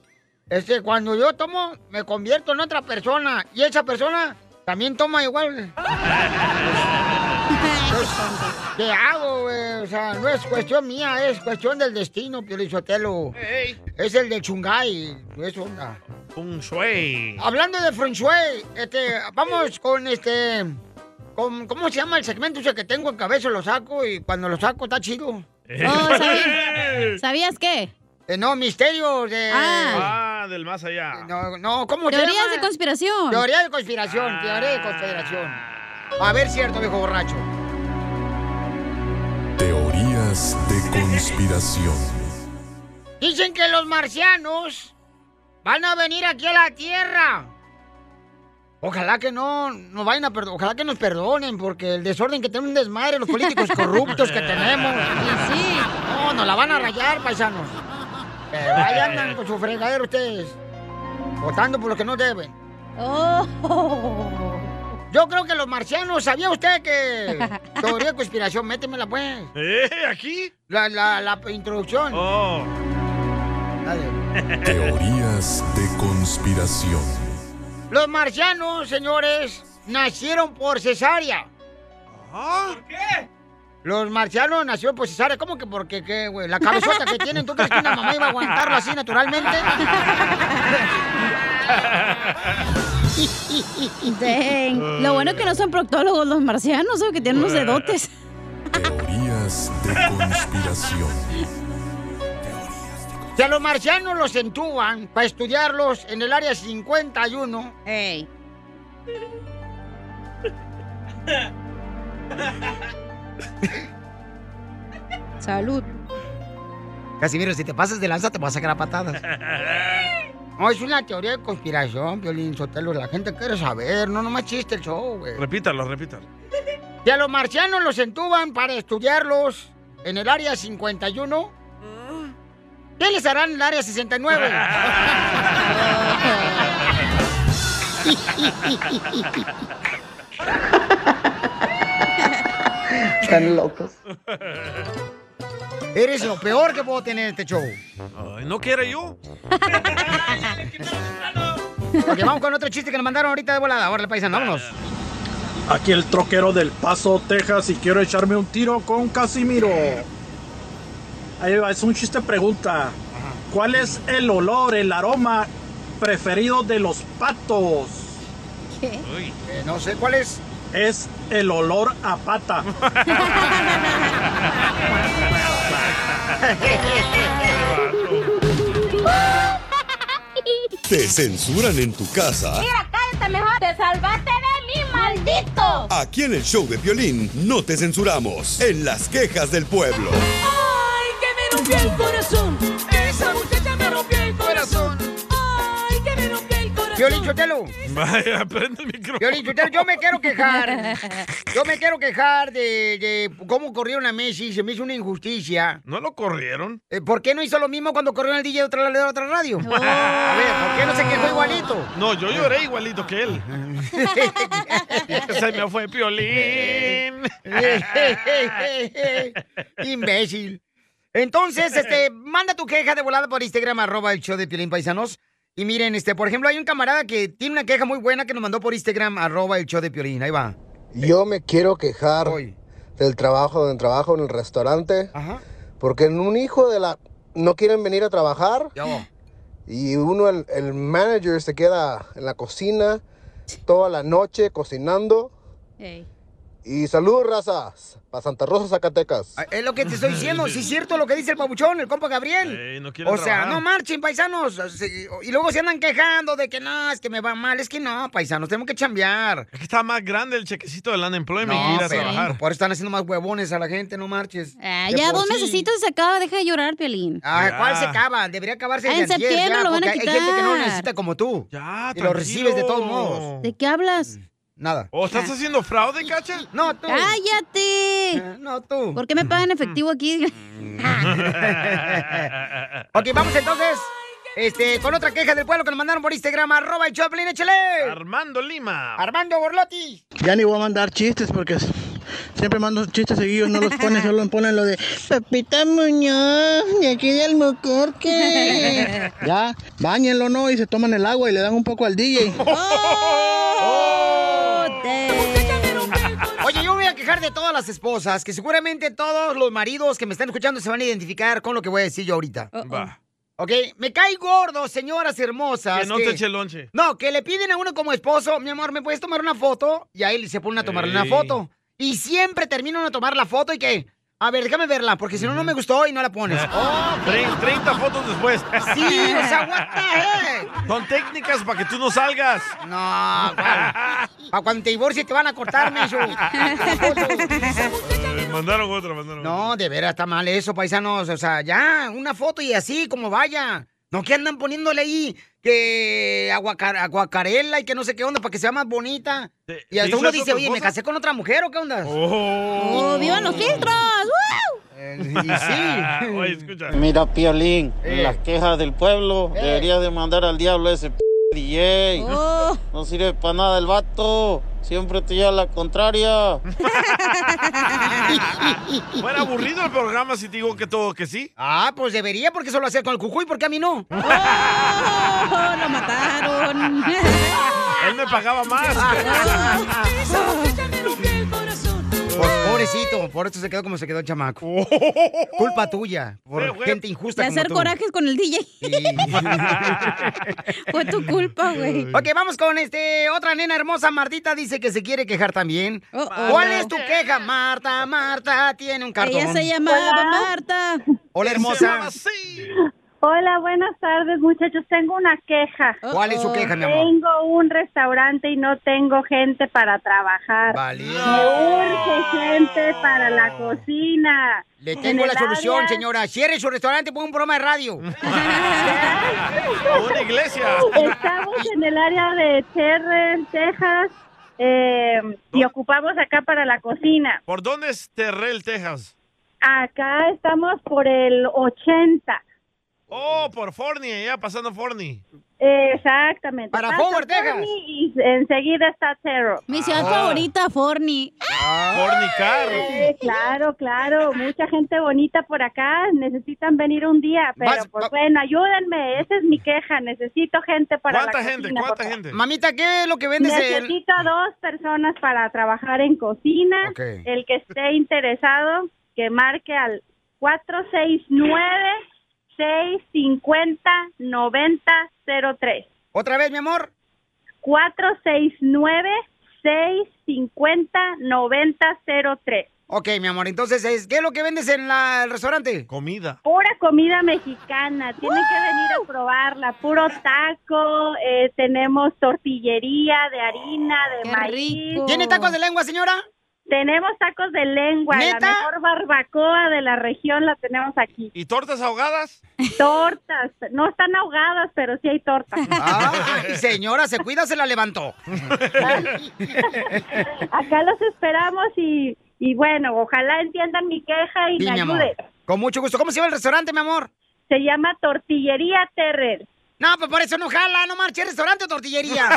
Speaker 1: Este, cuando yo tomo, me convierto en otra persona. Y esa persona también toma igual. ¿Qué hago, güey? O sea, no es cuestión mía, es cuestión del destino, Piolizotelo. Es el de Chungay, no es onda.
Speaker 2: Feng Shui.
Speaker 1: Hablando de Feng Shui, este, vamos con este. Con, ¿Cómo se llama el segmento ese que tengo en cabeza? Lo saco y cuando lo saco está chido.
Speaker 3: Oh, ¿sabías, ¿sabías qué?
Speaker 1: Eh, no, misterios de.
Speaker 2: Ah, del más allá.
Speaker 1: Eh, No, no, ¿cómo se
Speaker 3: Teorías
Speaker 1: llama?
Speaker 3: de conspiración.
Speaker 1: Teoría de conspiración, teoría de conspiración. A ver, cierto, viejo borracho.
Speaker 8: Teorías de conspiración.
Speaker 1: Dicen que los marcianos van a venir aquí a la Tierra. Ojalá que no nos vayan a perdonar, ojalá que nos perdonen, porque el desorden que tenemos un desmadre, los políticos corruptos que tenemos.
Speaker 3: Sí, sí.
Speaker 1: No, nos la van a rayar, paisanos. Pero ahí andan con su fregadero ustedes, votando por lo que no deben. Yo creo que los marcianos, ¿sabía usted que... Teoría de conspiración, métemela pues.
Speaker 2: ¿Eh? ¿Aquí?
Speaker 1: La, la, la introducción.
Speaker 2: Oh.
Speaker 8: Teorías de conspiración.
Speaker 1: Los marcianos, señores, nacieron por cesárea. ¿Por qué? Los marcianos nacieron por cesárea. ¿Cómo que por qué, qué, güey? La cabezota que tienen, ¿tú crees que una mamá iba a aguantarlo así naturalmente?
Speaker 3: Dang. Lo bueno es que no son proctólogos los marcianos, ¿o? que tienen unos dedotes.
Speaker 8: Teorías de conspiración.
Speaker 1: Si a los marcianos los entuban para estudiarlos en el área 51.
Speaker 3: Ey. Salud.
Speaker 1: Casimiro, si te pasas de lanza, te vas a sacar a patadas. No, es una teoría de conspiración, Violín Sotelo. La gente quiere saber, no nomás chiste el show, güey.
Speaker 2: Repítalo, repítalo.
Speaker 1: Si a los marcianos los entuban para estudiarlos en el área 51,
Speaker 7: Ah.
Speaker 1: ¿qué les harán en el área 69?
Speaker 7: Están locos.
Speaker 1: Eres lo peor que puedo tener en este show.
Speaker 2: Ay, ¿No quiere yo?
Speaker 1: Ok, vamos con otro chiste que nos mandaron ahorita de volada. Ahora, paisano, vámonos.
Speaker 13: Aquí el troquero del Paso, Texas, y quiero echarme un tiro con Casimiro. Ahí va, es un chiste pregunta. ¿Cuál es el olor, el aroma preferido de los patos?
Speaker 1: Eh, no sé cuál es.
Speaker 13: Es el olor a pata.
Speaker 8: Te censuran en tu casa.
Speaker 23: cállate mejor. Te salvaste de mí, maldito.
Speaker 8: Aquí en el show de violín no te censuramos. En las quejas del pueblo.
Speaker 7: ¡Ay, que me rompió el corazón! ¡Esa muchacha me rompió el corazón! ¡Ay, que me rompió el corazón!
Speaker 1: Violín Chotelo.
Speaker 2: Vaya, prende el
Speaker 1: Violín Sotelo, yo me quiero quejar. Yo me quiero quejar de, de cómo corrieron a Messi. Se me hizo una injusticia.
Speaker 2: ¿No lo corrieron?
Speaker 1: Eh, ¿Por qué no hizo lo mismo cuando corrió el DJ de otra, de otra radio? A ver, ¿por qué no se quejó igualito?
Speaker 2: No, yo lloré igualito que él. Se me fue Piolín.
Speaker 1: Imbécil. Entonces, este, manda tu queja de volada por Instagram, arroba el show de Piolín Paisanos. Y miren, este, por ejemplo, hay un camarada que tiene una queja muy buena que nos mandó por Instagram, arroba el show de Piolín. Ahí va.
Speaker 12: Yo me quiero quejar del trabajo, del trabajo en el restaurante. Porque en un hijo de la... No quieren venir a trabajar. Y uno, el, el manager, se queda en la cocina toda la noche cocinando. Y salud, razas, para Santa Rosa, Zacatecas.
Speaker 1: Ah, Es lo que te estoy diciendo, sí es cierto lo que dice el pabuchón, el compa Gabriel. o sea,
Speaker 12: trabajar.
Speaker 1: no marchen, paisanos. Se- Y luego se andan quejando de que no, es que me va mal. Es que no, paisanos, tenemos que chambear.
Speaker 2: Es que está más grande el chequecito del unemployment que
Speaker 1: No,
Speaker 2: ir a
Speaker 1: pero
Speaker 2: trabajar.
Speaker 1: Por eso están haciendo más huevones a la gente, no marches.
Speaker 3: Ah,
Speaker 1: De
Speaker 3: ya
Speaker 1: por
Speaker 3: dos
Speaker 1: sí.
Speaker 3: mesecitos se acaba, deja de llorar, Piolín.
Speaker 1: Ah, ¿cuál se acaba? Debería acabarse
Speaker 3: Ah,
Speaker 1: el
Speaker 3: en
Speaker 1: de antier,
Speaker 3: septiembre
Speaker 1: ya,
Speaker 3: lo van a
Speaker 1: porque Hay gente que no lo
Speaker 3: quitar.
Speaker 1: necesita como tú.
Speaker 2: Ya,
Speaker 1: Uh, Y lo recibes de todos
Speaker 2: tranquilo.
Speaker 1: modos.
Speaker 3: ¿De qué hablas?
Speaker 1: Nada.
Speaker 2: ¿O estás haciendo fraude, cacha?
Speaker 1: No, tú. Eh,
Speaker 3: ¡Cállate!
Speaker 1: No, tú. Mm.
Speaker 3: ¿Por qué me pagan efectivo aquí?
Speaker 1: ok, vamos entonces. Este, con otra queja del pueblo que nos mandaron por Instagram, arroba el Choplin, échale.
Speaker 2: Armando Lima.
Speaker 1: Armando Borlotti.
Speaker 18: Ya ni voy a mandar chistes porque s- siempre mando chistes seguidos, no los ponen, solo ponen lo de Pepita Muñoz, de aquí de Albuquerque. ya, bañenlo, ¿no? Y se toman el agua y le dan un poco al DJ.
Speaker 1: Oye, yo voy a quejar de todas las esposas, que seguramente todos los maridos que me están escuchando se van a identificar con lo que voy a decir yo ahorita.
Speaker 2: Va.
Speaker 1: Ok, me cae gordo, señoras hermosas.
Speaker 2: Que no te eche lonche.
Speaker 1: No, que le piden a uno como esposo, mi amor, ¿me puedes tomar una foto? Y ahí se ponen a tomarle una
Speaker 2: Ey.
Speaker 1: foto. Y siempre terminan a tomar la foto y que, a ver, déjame verla, porque si no, no me gustó y no la pones. Oh,
Speaker 2: Tre- 30 fotos después.
Speaker 1: Sí, o sea, what the
Speaker 2: Son técnicas para que tú no salgas.
Speaker 1: No, a cuando te divorcies te van a cortar, Mello.
Speaker 2: mandaron otra, mandaron
Speaker 1: No, de veras está mal eso, paisanos. O sea, ya, una foto y así, como vaya. No que andan poniéndole ahí que aguacar- aguacarela y que no sé qué onda para que sea más bonita. Y hasta
Speaker 7: hizo
Speaker 1: uno
Speaker 7: eso
Speaker 1: dice,
Speaker 7: tu
Speaker 1: oye, ¿me
Speaker 7: esposa?
Speaker 1: casé con otra mujer o qué onda?
Speaker 7: ¡Oh!
Speaker 3: ¡Oh, vivan los filtros!
Speaker 1: sí.
Speaker 2: Oye, escucha.
Speaker 19: Mira, Piolín,
Speaker 2: Eh.
Speaker 19: las quejas del pueblo
Speaker 2: Eh.
Speaker 19: debería de mandar al diablo ese p DJ.
Speaker 3: Oh.
Speaker 19: No sirve para nada el vato. Siempre te lleva la contraria.
Speaker 2: Bueno, aburrido el programa si te digo que todo que sí.
Speaker 1: Ah, pues debería porque solo hacía con el cucuy, porque a mí no.
Speaker 3: ¡Oh! ¡Lo mataron!
Speaker 2: Él me pagaba más.
Speaker 1: Por- Pues, pobrecito, por eso se quedó como se quedó el chamaco. Culpa tuya, por gente injusta.
Speaker 3: De
Speaker 1: como
Speaker 3: hacer
Speaker 1: tú.
Speaker 3: corajes con el DJ. Fue tu culpa, güey.
Speaker 1: Ok, vamos con este otra nena hermosa, Martita dice que se quiere quejar también.
Speaker 3: Oh,
Speaker 1: ¿Cuál es tu queja, Marta? Marta tiene un cartón.
Speaker 3: Ella se llamaba
Speaker 1: Hola.
Speaker 3: Marta.
Speaker 1: Hola, hermosa.
Speaker 24: Hola, buenas tardes, muchachos. Tengo una queja.
Speaker 1: ¿Cuál es su queja, mi amor?
Speaker 24: Tengo un restaurante y no tengo gente para trabajar.
Speaker 1: Vale.
Speaker 24: Me urge gente para la cocina.
Speaker 1: Le
Speaker 24: En
Speaker 1: tengo
Speaker 24: el
Speaker 1: la solución,
Speaker 24: área-
Speaker 1: señora. Cierre su restaurante, pon un programa de radio.
Speaker 2: una iglesia.
Speaker 24: Estamos en el área de Terrell, Texas, eh, y ocupamos acá para la cocina.
Speaker 2: ¿Por dónde es Terrell, Texas?
Speaker 24: Acá estamos por el 80.
Speaker 2: Oh, por Forney, ya pasando Forney.
Speaker 24: Exactamente.
Speaker 2: Para
Speaker 24: Pasa
Speaker 2: Forward, Texas.
Speaker 24: Forney Y enseguida está Terrell.
Speaker 3: Mi ciudad
Speaker 24: Ah.
Speaker 3: favorita, Forni.
Speaker 2: Fornicar.
Speaker 24: Eh, claro, claro. Mucha gente bonita por acá. Necesitan venir un día, pero
Speaker 1: Vas-
Speaker 24: pues bueno, ayúdenme. Esa es mi queja. Necesito gente para la
Speaker 1: ¿Cuánta gente?
Speaker 24: cocina, por
Speaker 1: ¿Cuánta
Speaker 24: favor.
Speaker 1: gente? Mamita, ¿qué es lo que vendes en-
Speaker 24: Necesito dos personas para trabajar en cocina.
Speaker 1: Ok.
Speaker 24: El que esté interesado, que marque al 469-650-9003.
Speaker 1: ¿Otra vez, mi amor?
Speaker 24: 469-650-9003.
Speaker 1: Ok, mi amor, entonces, es- ¿qué es lo que vendes en la- el restaurante?
Speaker 2: Comida.
Speaker 24: Pura comida mexicana, tienen que venir a probarla, puro taco, eh, tenemos tortillería de harina, de maíz.
Speaker 1: ¿Tiene tacos de lengua, señora?
Speaker 24: Tenemos tacos de lengua, la mejor barbacoa de la región la tenemos aquí.
Speaker 2: ¿Y tortas ahogadas?
Speaker 24: Tortas, no están ahogadas, pero sí hay tortas.
Speaker 2: Ah.
Speaker 1: Ay, señora, se cuida, se la levantó.
Speaker 24: Acá los esperamos y, y bueno, ojalá entiendan mi queja y
Speaker 1: Sí,
Speaker 24: me
Speaker 1: mi amor.
Speaker 24: ayuden.
Speaker 1: Con mucho gusto. ¿Cómo se llama el restaurante, mi amor?
Speaker 24: Se llama Tortillería Terrer.
Speaker 1: No, pues por eso no jala, no marche restaurante o tortillería.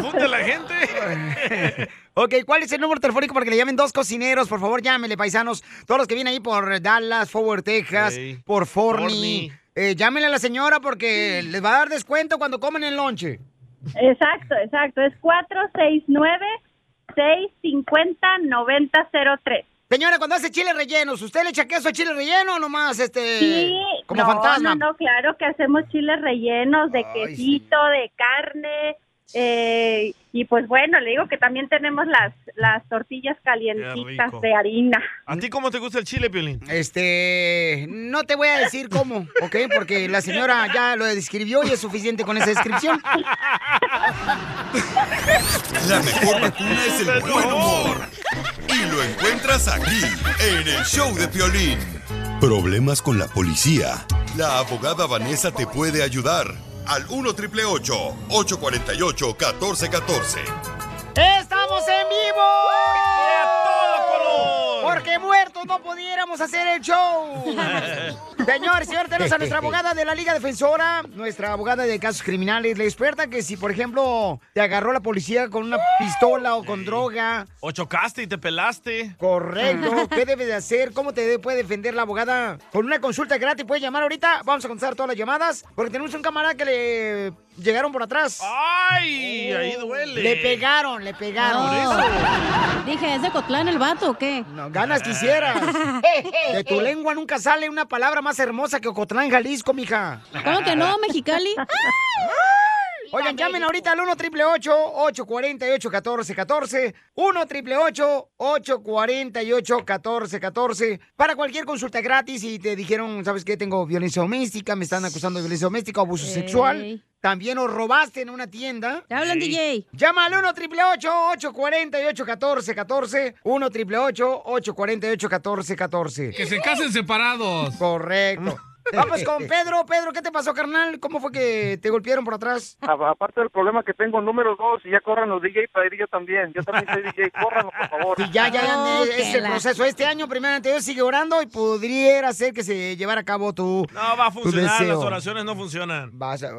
Speaker 2: Confunde la gente.
Speaker 1: ok, ¿cuál es el número telefónico para que le llamen dos cocineros? Por favor, llámenle, paisanos. Todos los que vienen ahí por Dallas, Forward, Texas,
Speaker 2: Ey,
Speaker 1: por Forney.
Speaker 2: Forney.
Speaker 1: Eh, llámenle a la señora porque les va a dar descuento cuando comen el lonche.
Speaker 24: Exacto, exacto. Es 469-650-9003.
Speaker 1: Señora, cuando hace chile rellenos, ¿usted le echa queso a chile relleno o nomás este
Speaker 24: Sí,
Speaker 1: como
Speaker 24: no,
Speaker 1: fantasma?
Speaker 24: No, no, claro que hacemos chiles rellenos de quesito, de carne. eh, y pues bueno, le digo que también tenemos las, las tortillas
Speaker 2: Qué rico.
Speaker 24: calientitas de harina.
Speaker 2: ¿A ti cómo te gusta el chile, Piolín?
Speaker 1: Este, no te voy a decir cómo, ¿ok? Porque la señora ya lo describió y es suficiente con esa descripción.
Speaker 8: La mejor vacuna es el buen humor. Y lo encuentras aquí, en el show de Piolín. Problemas con la policía. La abogada Vanessa te puede ayudar. Al 1 triple 848 1414.
Speaker 1: ¡Estamos en vivo! Porque muertos no pudiéramos hacer el show. Señor, señor, tenemos a nuestra abogada de la Liga Defensora, nuestra abogada de casos criminales, la experta que si, por ejemplo, te agarró la policía con una pistola o con droga,
Speaker 2: ¿O chocaste y te pelaste?
Speaker 1: Correcto. ¿Qué debe de hacer? ¿Cómo te de- puede defender la abogada? Con una consulta gratis puedes llamar ahorita. Vamos a contestar todas las llamadas. Porque tenemos un camarada que le llegaron por atrás. Oh.
Speaker 2: ¡Ay! Ahí duele.
Speaker 1: Le pegaron, le pegaron.
Speaker 3: Oh. Dije, ¿es de Cotlán el vato o qué?
Speaker 1: No,
Speaker 2: Ah.
Speaker 1: ganas quisieras. De tu lengua nunca sale una palabra más hermosa que Ocotlán, Jalisco, mija.
Speaker 3: ¿Cómo que no, Mexicali?
Speaker 1: Oigan, llamen ahorita al 1 triple 848 1414 1 triple 848 1414 para cualquier consulta gratis. Y te dijeron, ¿sabes qué? Tengo violencia doméstica, me están acusando de violencia doméstica, abuso
Speaker 3: Ey.
Speaker 1: sexual. También os robaste en una tienda.
Speaker 3: Te hablan, DJ.
Speaker 1: Llama al 1 triple 848 1414 1 triple 848 1414
Speaker 5: Que se casen separados.
Speaker 1: Correcto. Vamos con Pedro. Pedro, ¿qué te pasó, carnal? ¿Cómo fue que te golpearon por atrás?
Speaker 6: A- Aparte del problema que tengo, número dos, y ya corran los DJ para ir yo también. Yo también soy DJ, córranlo, por favor.
Speaker 1: Y ya, ya, ya,
Speaker 3: Ah,
Speaker 6: No,
Speaker 1: eh,
Speaker 6: que
Speaker 1: es el
Speaker 6: la-
Speaker 1: proceso. Este año, primero ante Dios, sigue orando y podría ser que se llevara a cabo tu.
Speaker 2: No va a funcionar,
Speaker 1: deseo.
Speaker 2: las oraciones no funcionan.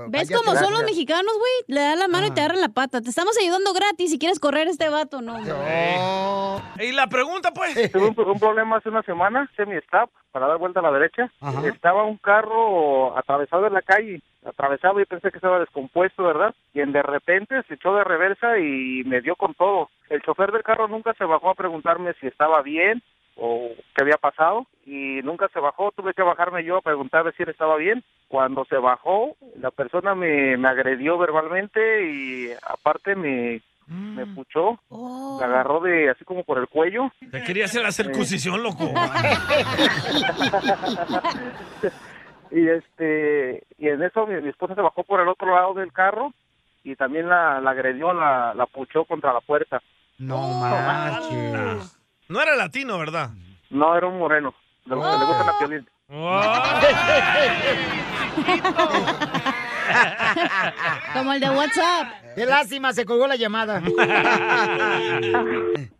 Speaker 3: ¿Ves cómo son los mexicanos, güey? Le dan la mano
Speaker 1: Ah.
Speaker 3: y te agarran la pata. Te estamos ayudando gratis si quieres correr este vato, ¿no? güey.
Speaker 6: Y la pregunta, pues. Tuve un, un problema hace una semana, semi-stop, para dar vuelta a la derecha. Estaba un carro atravesado en la calle, atravesado y pensé que estaba descompuesto, ¿verdad? Y en de repente se echó de reversa y me dio con todo. El chofer del carro nunca se bajó a preguntarme si estaba bien o qué había pasado y nunca se bajó. Tuve que bajarme yo a preguntarle si él estaba bien. Cuando se bajó, la persona me, me agredió verbalmente y aparte me, me puchó. Me agarró de así como por el cuello.
Speaker 2: Te quería hacer la circuncisión, loco.
Speaker 6: y este y en eso mi, mi esposa se bajó por el otro lado del carro y también la, la agredió, la, la puchó contra la puerta.
Speaker 1: No
Speaker 2: manches. No era latino, ¿verdad?
Speaker 6: No, era un moreno, de los que le gusta la piolín.
Speaker 2: Ah,
Speaker 3: Como el de WhatsApp.
Speaker 1: Qué lástima, se colgó la llamada.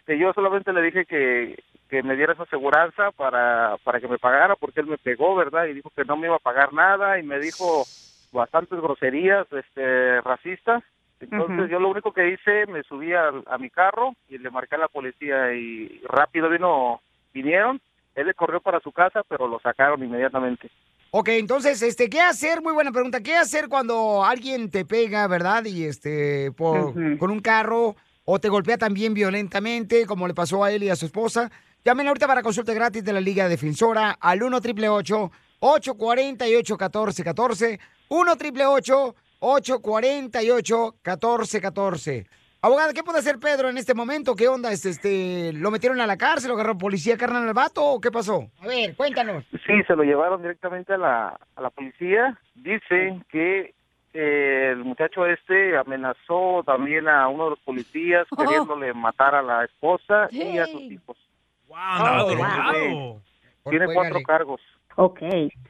Speaker 6: Este, yo solamente le dije que, que me diera esa aseguranza para, para que me pagara porque él me pegó, ¿verdad? Y dijo que no me iba a pagar nada y me dijo bastantes groserías este, racistas. Entonces
Speaker 20: Ujú.
Speaker 6: yo lo único que hice, me subí al- a, mi carro y le marqué a la policía y rápido vino, vinieron. Él le corrió para su casa, pero lo sacaron inmediatamente.
Speaker 1: ok, entonces, este, ¿qué hacer? Muy buena pregunta. ¿Qué hacer cuando alguien te pega, verdad? Y este, por,
Speaker 6: Ujú.
Speaker 1: con un carro o te golpea también violentamente, como le pasó a él y a su esposa. Llamen ahorita para consulta gratis de la Liga Defensora al 1 888 848 1414 1 888 848 1414 Abogada, ¿qué puede hacer Pedro en este momento? ¿Qué onda? Este, este, ¿Lo metieron a la cárcel? ¿Lo agarró policía carnal al vato? ¿O qué pasó? A ver, cuéntanos.
Speaker 6: Sí, se lo llevaron directamente a la, a la policía. Dicen que eh, el muchacho este amenazó también a uno de los policías
Speaker 5: Oh.
Speaker 6: queriéndole matar a la esposa y a sus
Speaker 5: Hey.
Speaker 6: hijos.
Speaker 5: andaba
Speaker 6: Tiene-
Speaker 5: drogado.
Speaker 6: Tiene cuatro
Speaker 5: Cuélgale.
Speaker 6: cargos.
Speaker 16: Ok,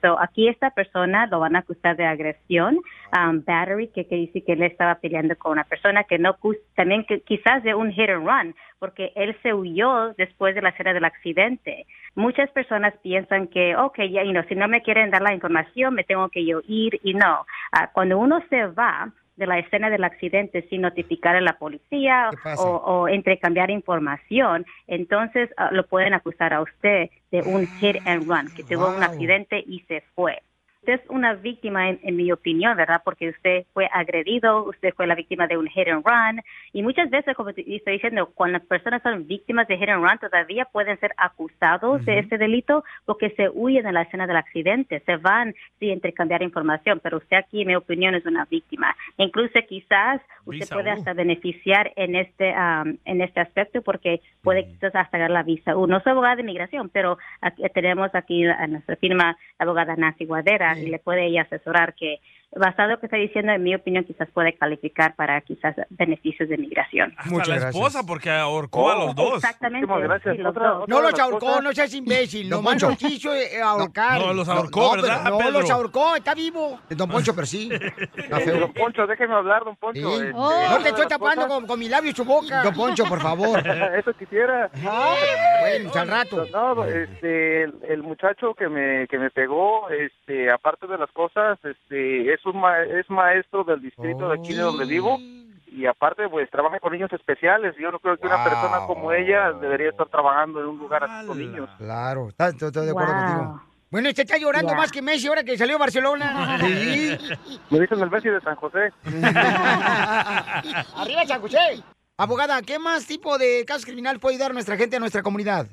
Speaker 16: so aquí esta persona lo van a acusar de agresión, um, battery, que, que dice que él estaba peleando con una persona que no, cus- también que, quizás de un hit and run, porque él se huyó después de la escena del accidente. Muchas personas piensan que, ok, ya, you know, si no me quieren dar la información, me tengo que yo ir, y no. Ah, cuando uno se va de la escena del accidente sin notificar a la policía
Speaker 20: ¿Qué pasa?
Speaker 16: o, o intercambiar información, entonces ah, lo pueden acusar a usted de un hit and run, que tuvo un
Speaker 20: Wow.
Speaker 16: accidente y se fue. Usted es una víctima, en, en mi opinión, ¿verdad? Porque usted fue agredido, usted fue la víctima de un hit and run. Y muchas veces, como te estoy diciendo, cuando las personas son víctimas de hit and run, todavía pueden ser acusados de este delito porque se huyen de la escena del accidente, se van sin intercambiar información. Pero usted aquí, en mi opinión, es una víctima. Incluso quizás usted
Speaker 20: Visa
Speaker 16: puede
Speaker 20: U.
Speaker 16: hasta beneficiar en este, am, en este aspecto porque puede quizás hasta ganar la visa U. No soy abogada de inmigración, pero aquí- tenemos aquí a nuestra firma la abogada Nancy Guadera y le puede ella asesorar que basado en lo que está diciendo, en mi opinión, quizás puede calificar para quizás beneficios de inmigración.
Speaker 2: Muchas la esposa porque ahorcó a
Speaker 1: Oh,
Speaker 2: los dos.
Speaker 16: Exactamente. sí, los dos.
Speaker 1: No los ahorcó, no seas imbécil.
Speaker 2: Don
Speaker 1: Nomás
Speaker 2: Poncho.
Speaker 1: los quiso eh, ahorcar.
Speaker 2: No, los ahorcó,
Speaker 1: pero
Speaker 2: ¿verdad,
Speaker 1: No,
Speaker 2: Pedro?
Speaker 1: los ahorcó, está vivo. Eh, Don Poncho, pero sí. Está
Speaker 6: Eh,
Speaker 1: feo.
Speaker 6: don Poncho, déjeme hablar, don Poncho.
Speaker 1: Sí. Oh,
Speaker 6: Este,
Speaker 1: no te
Speaker 6: de
Speaker 1: estoy
Speaker 6: las
Speaker 1: tapando
Speaker 6: cosas-
Speaker 1: con, con mi labio y su boca. Don Poncho, por favor.
Speaker 6: Eso quisiera. Pues,
Speaker 1: bueno, pues, al rato.
Speaker 6: No, este, el, el muchacho que me, que me pegó, este, aparte de las cosas, este, es un ma- es maestro del distrito de aquí de donde vivo y aparte pues trabaja con niños especiales. Yo no creo que una persona como ella debería estar trabajando en un lugar así con niños.
Speaker 1: Claro, está- estoy estoy de acuerdo
Speaker 6: Wow.
Speaker 1: contigo. Bueno, este está llorando
Speaker 6: Ya.
Speaker 1: más que Messi ahora que salió a Barcelona. Sí.
Speaker 6: Me dicen el Messi de San José.
Speaker 1: Arriba, San José. Abogada, ¿qué más tipo de casos criminal puede ayudar a nuestra gente, a nuestra comunidad?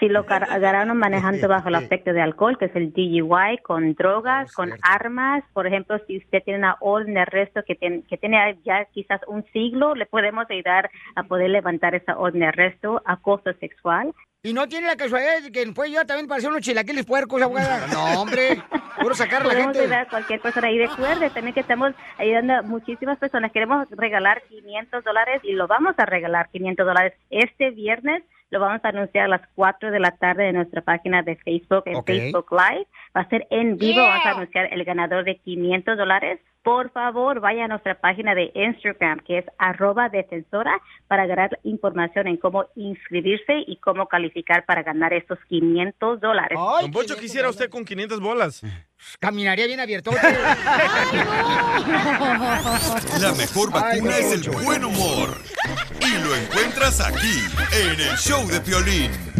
Speaker 16: Si lo car- agarraron manejando bajo el aspecto de alcohol, que es el DUI, con drogas, con armas, por ejemplo, si usted tiene una orden de arresto que, tiene- que tiene ya quizás un siglo, le podemos ayudar a poder levantar esa orden de arresto, acoso sexual.
Speaker 1: Y no tiene la casualidad de que puede ayudar también para hacer unos chilaquiles puercos, abogada. No, hombre. Puro sacar a la
Speaker 16: Podemos
Speaker 1: gente.
Speaker 16: ayudar a cualquier persona y recuerde también que estamos ayudando a muchísimas personas. Queremos regalar 500 dólares y lo vamos a regalar 500 dólares este viernes. Lo vamos a anunciar a las 4 de la tarde en nuestra página de Facebook, en
Speaker 20: Ok.
Speaker 16: Facebook Live. Va a ser en vivo.
Speaker 20: Yeah.
Speaker 16: Vamos a anunciar el ganador de 500 dólares. Por favor, vaya a nuestra página de Instagram, que es arroba defensora, para ganar información en cómo inscribirse y cómo calificar para ganar estos 500 dólares.
Speaker 2: Don Poncho, ¿qué hiciera usted con 500 bolas?
Speaker 1: Caminaría bien abierto.
Speaker 8: La mejor vacuna es el buen humor. Y lo encuentras aquí, en el show de Piolín.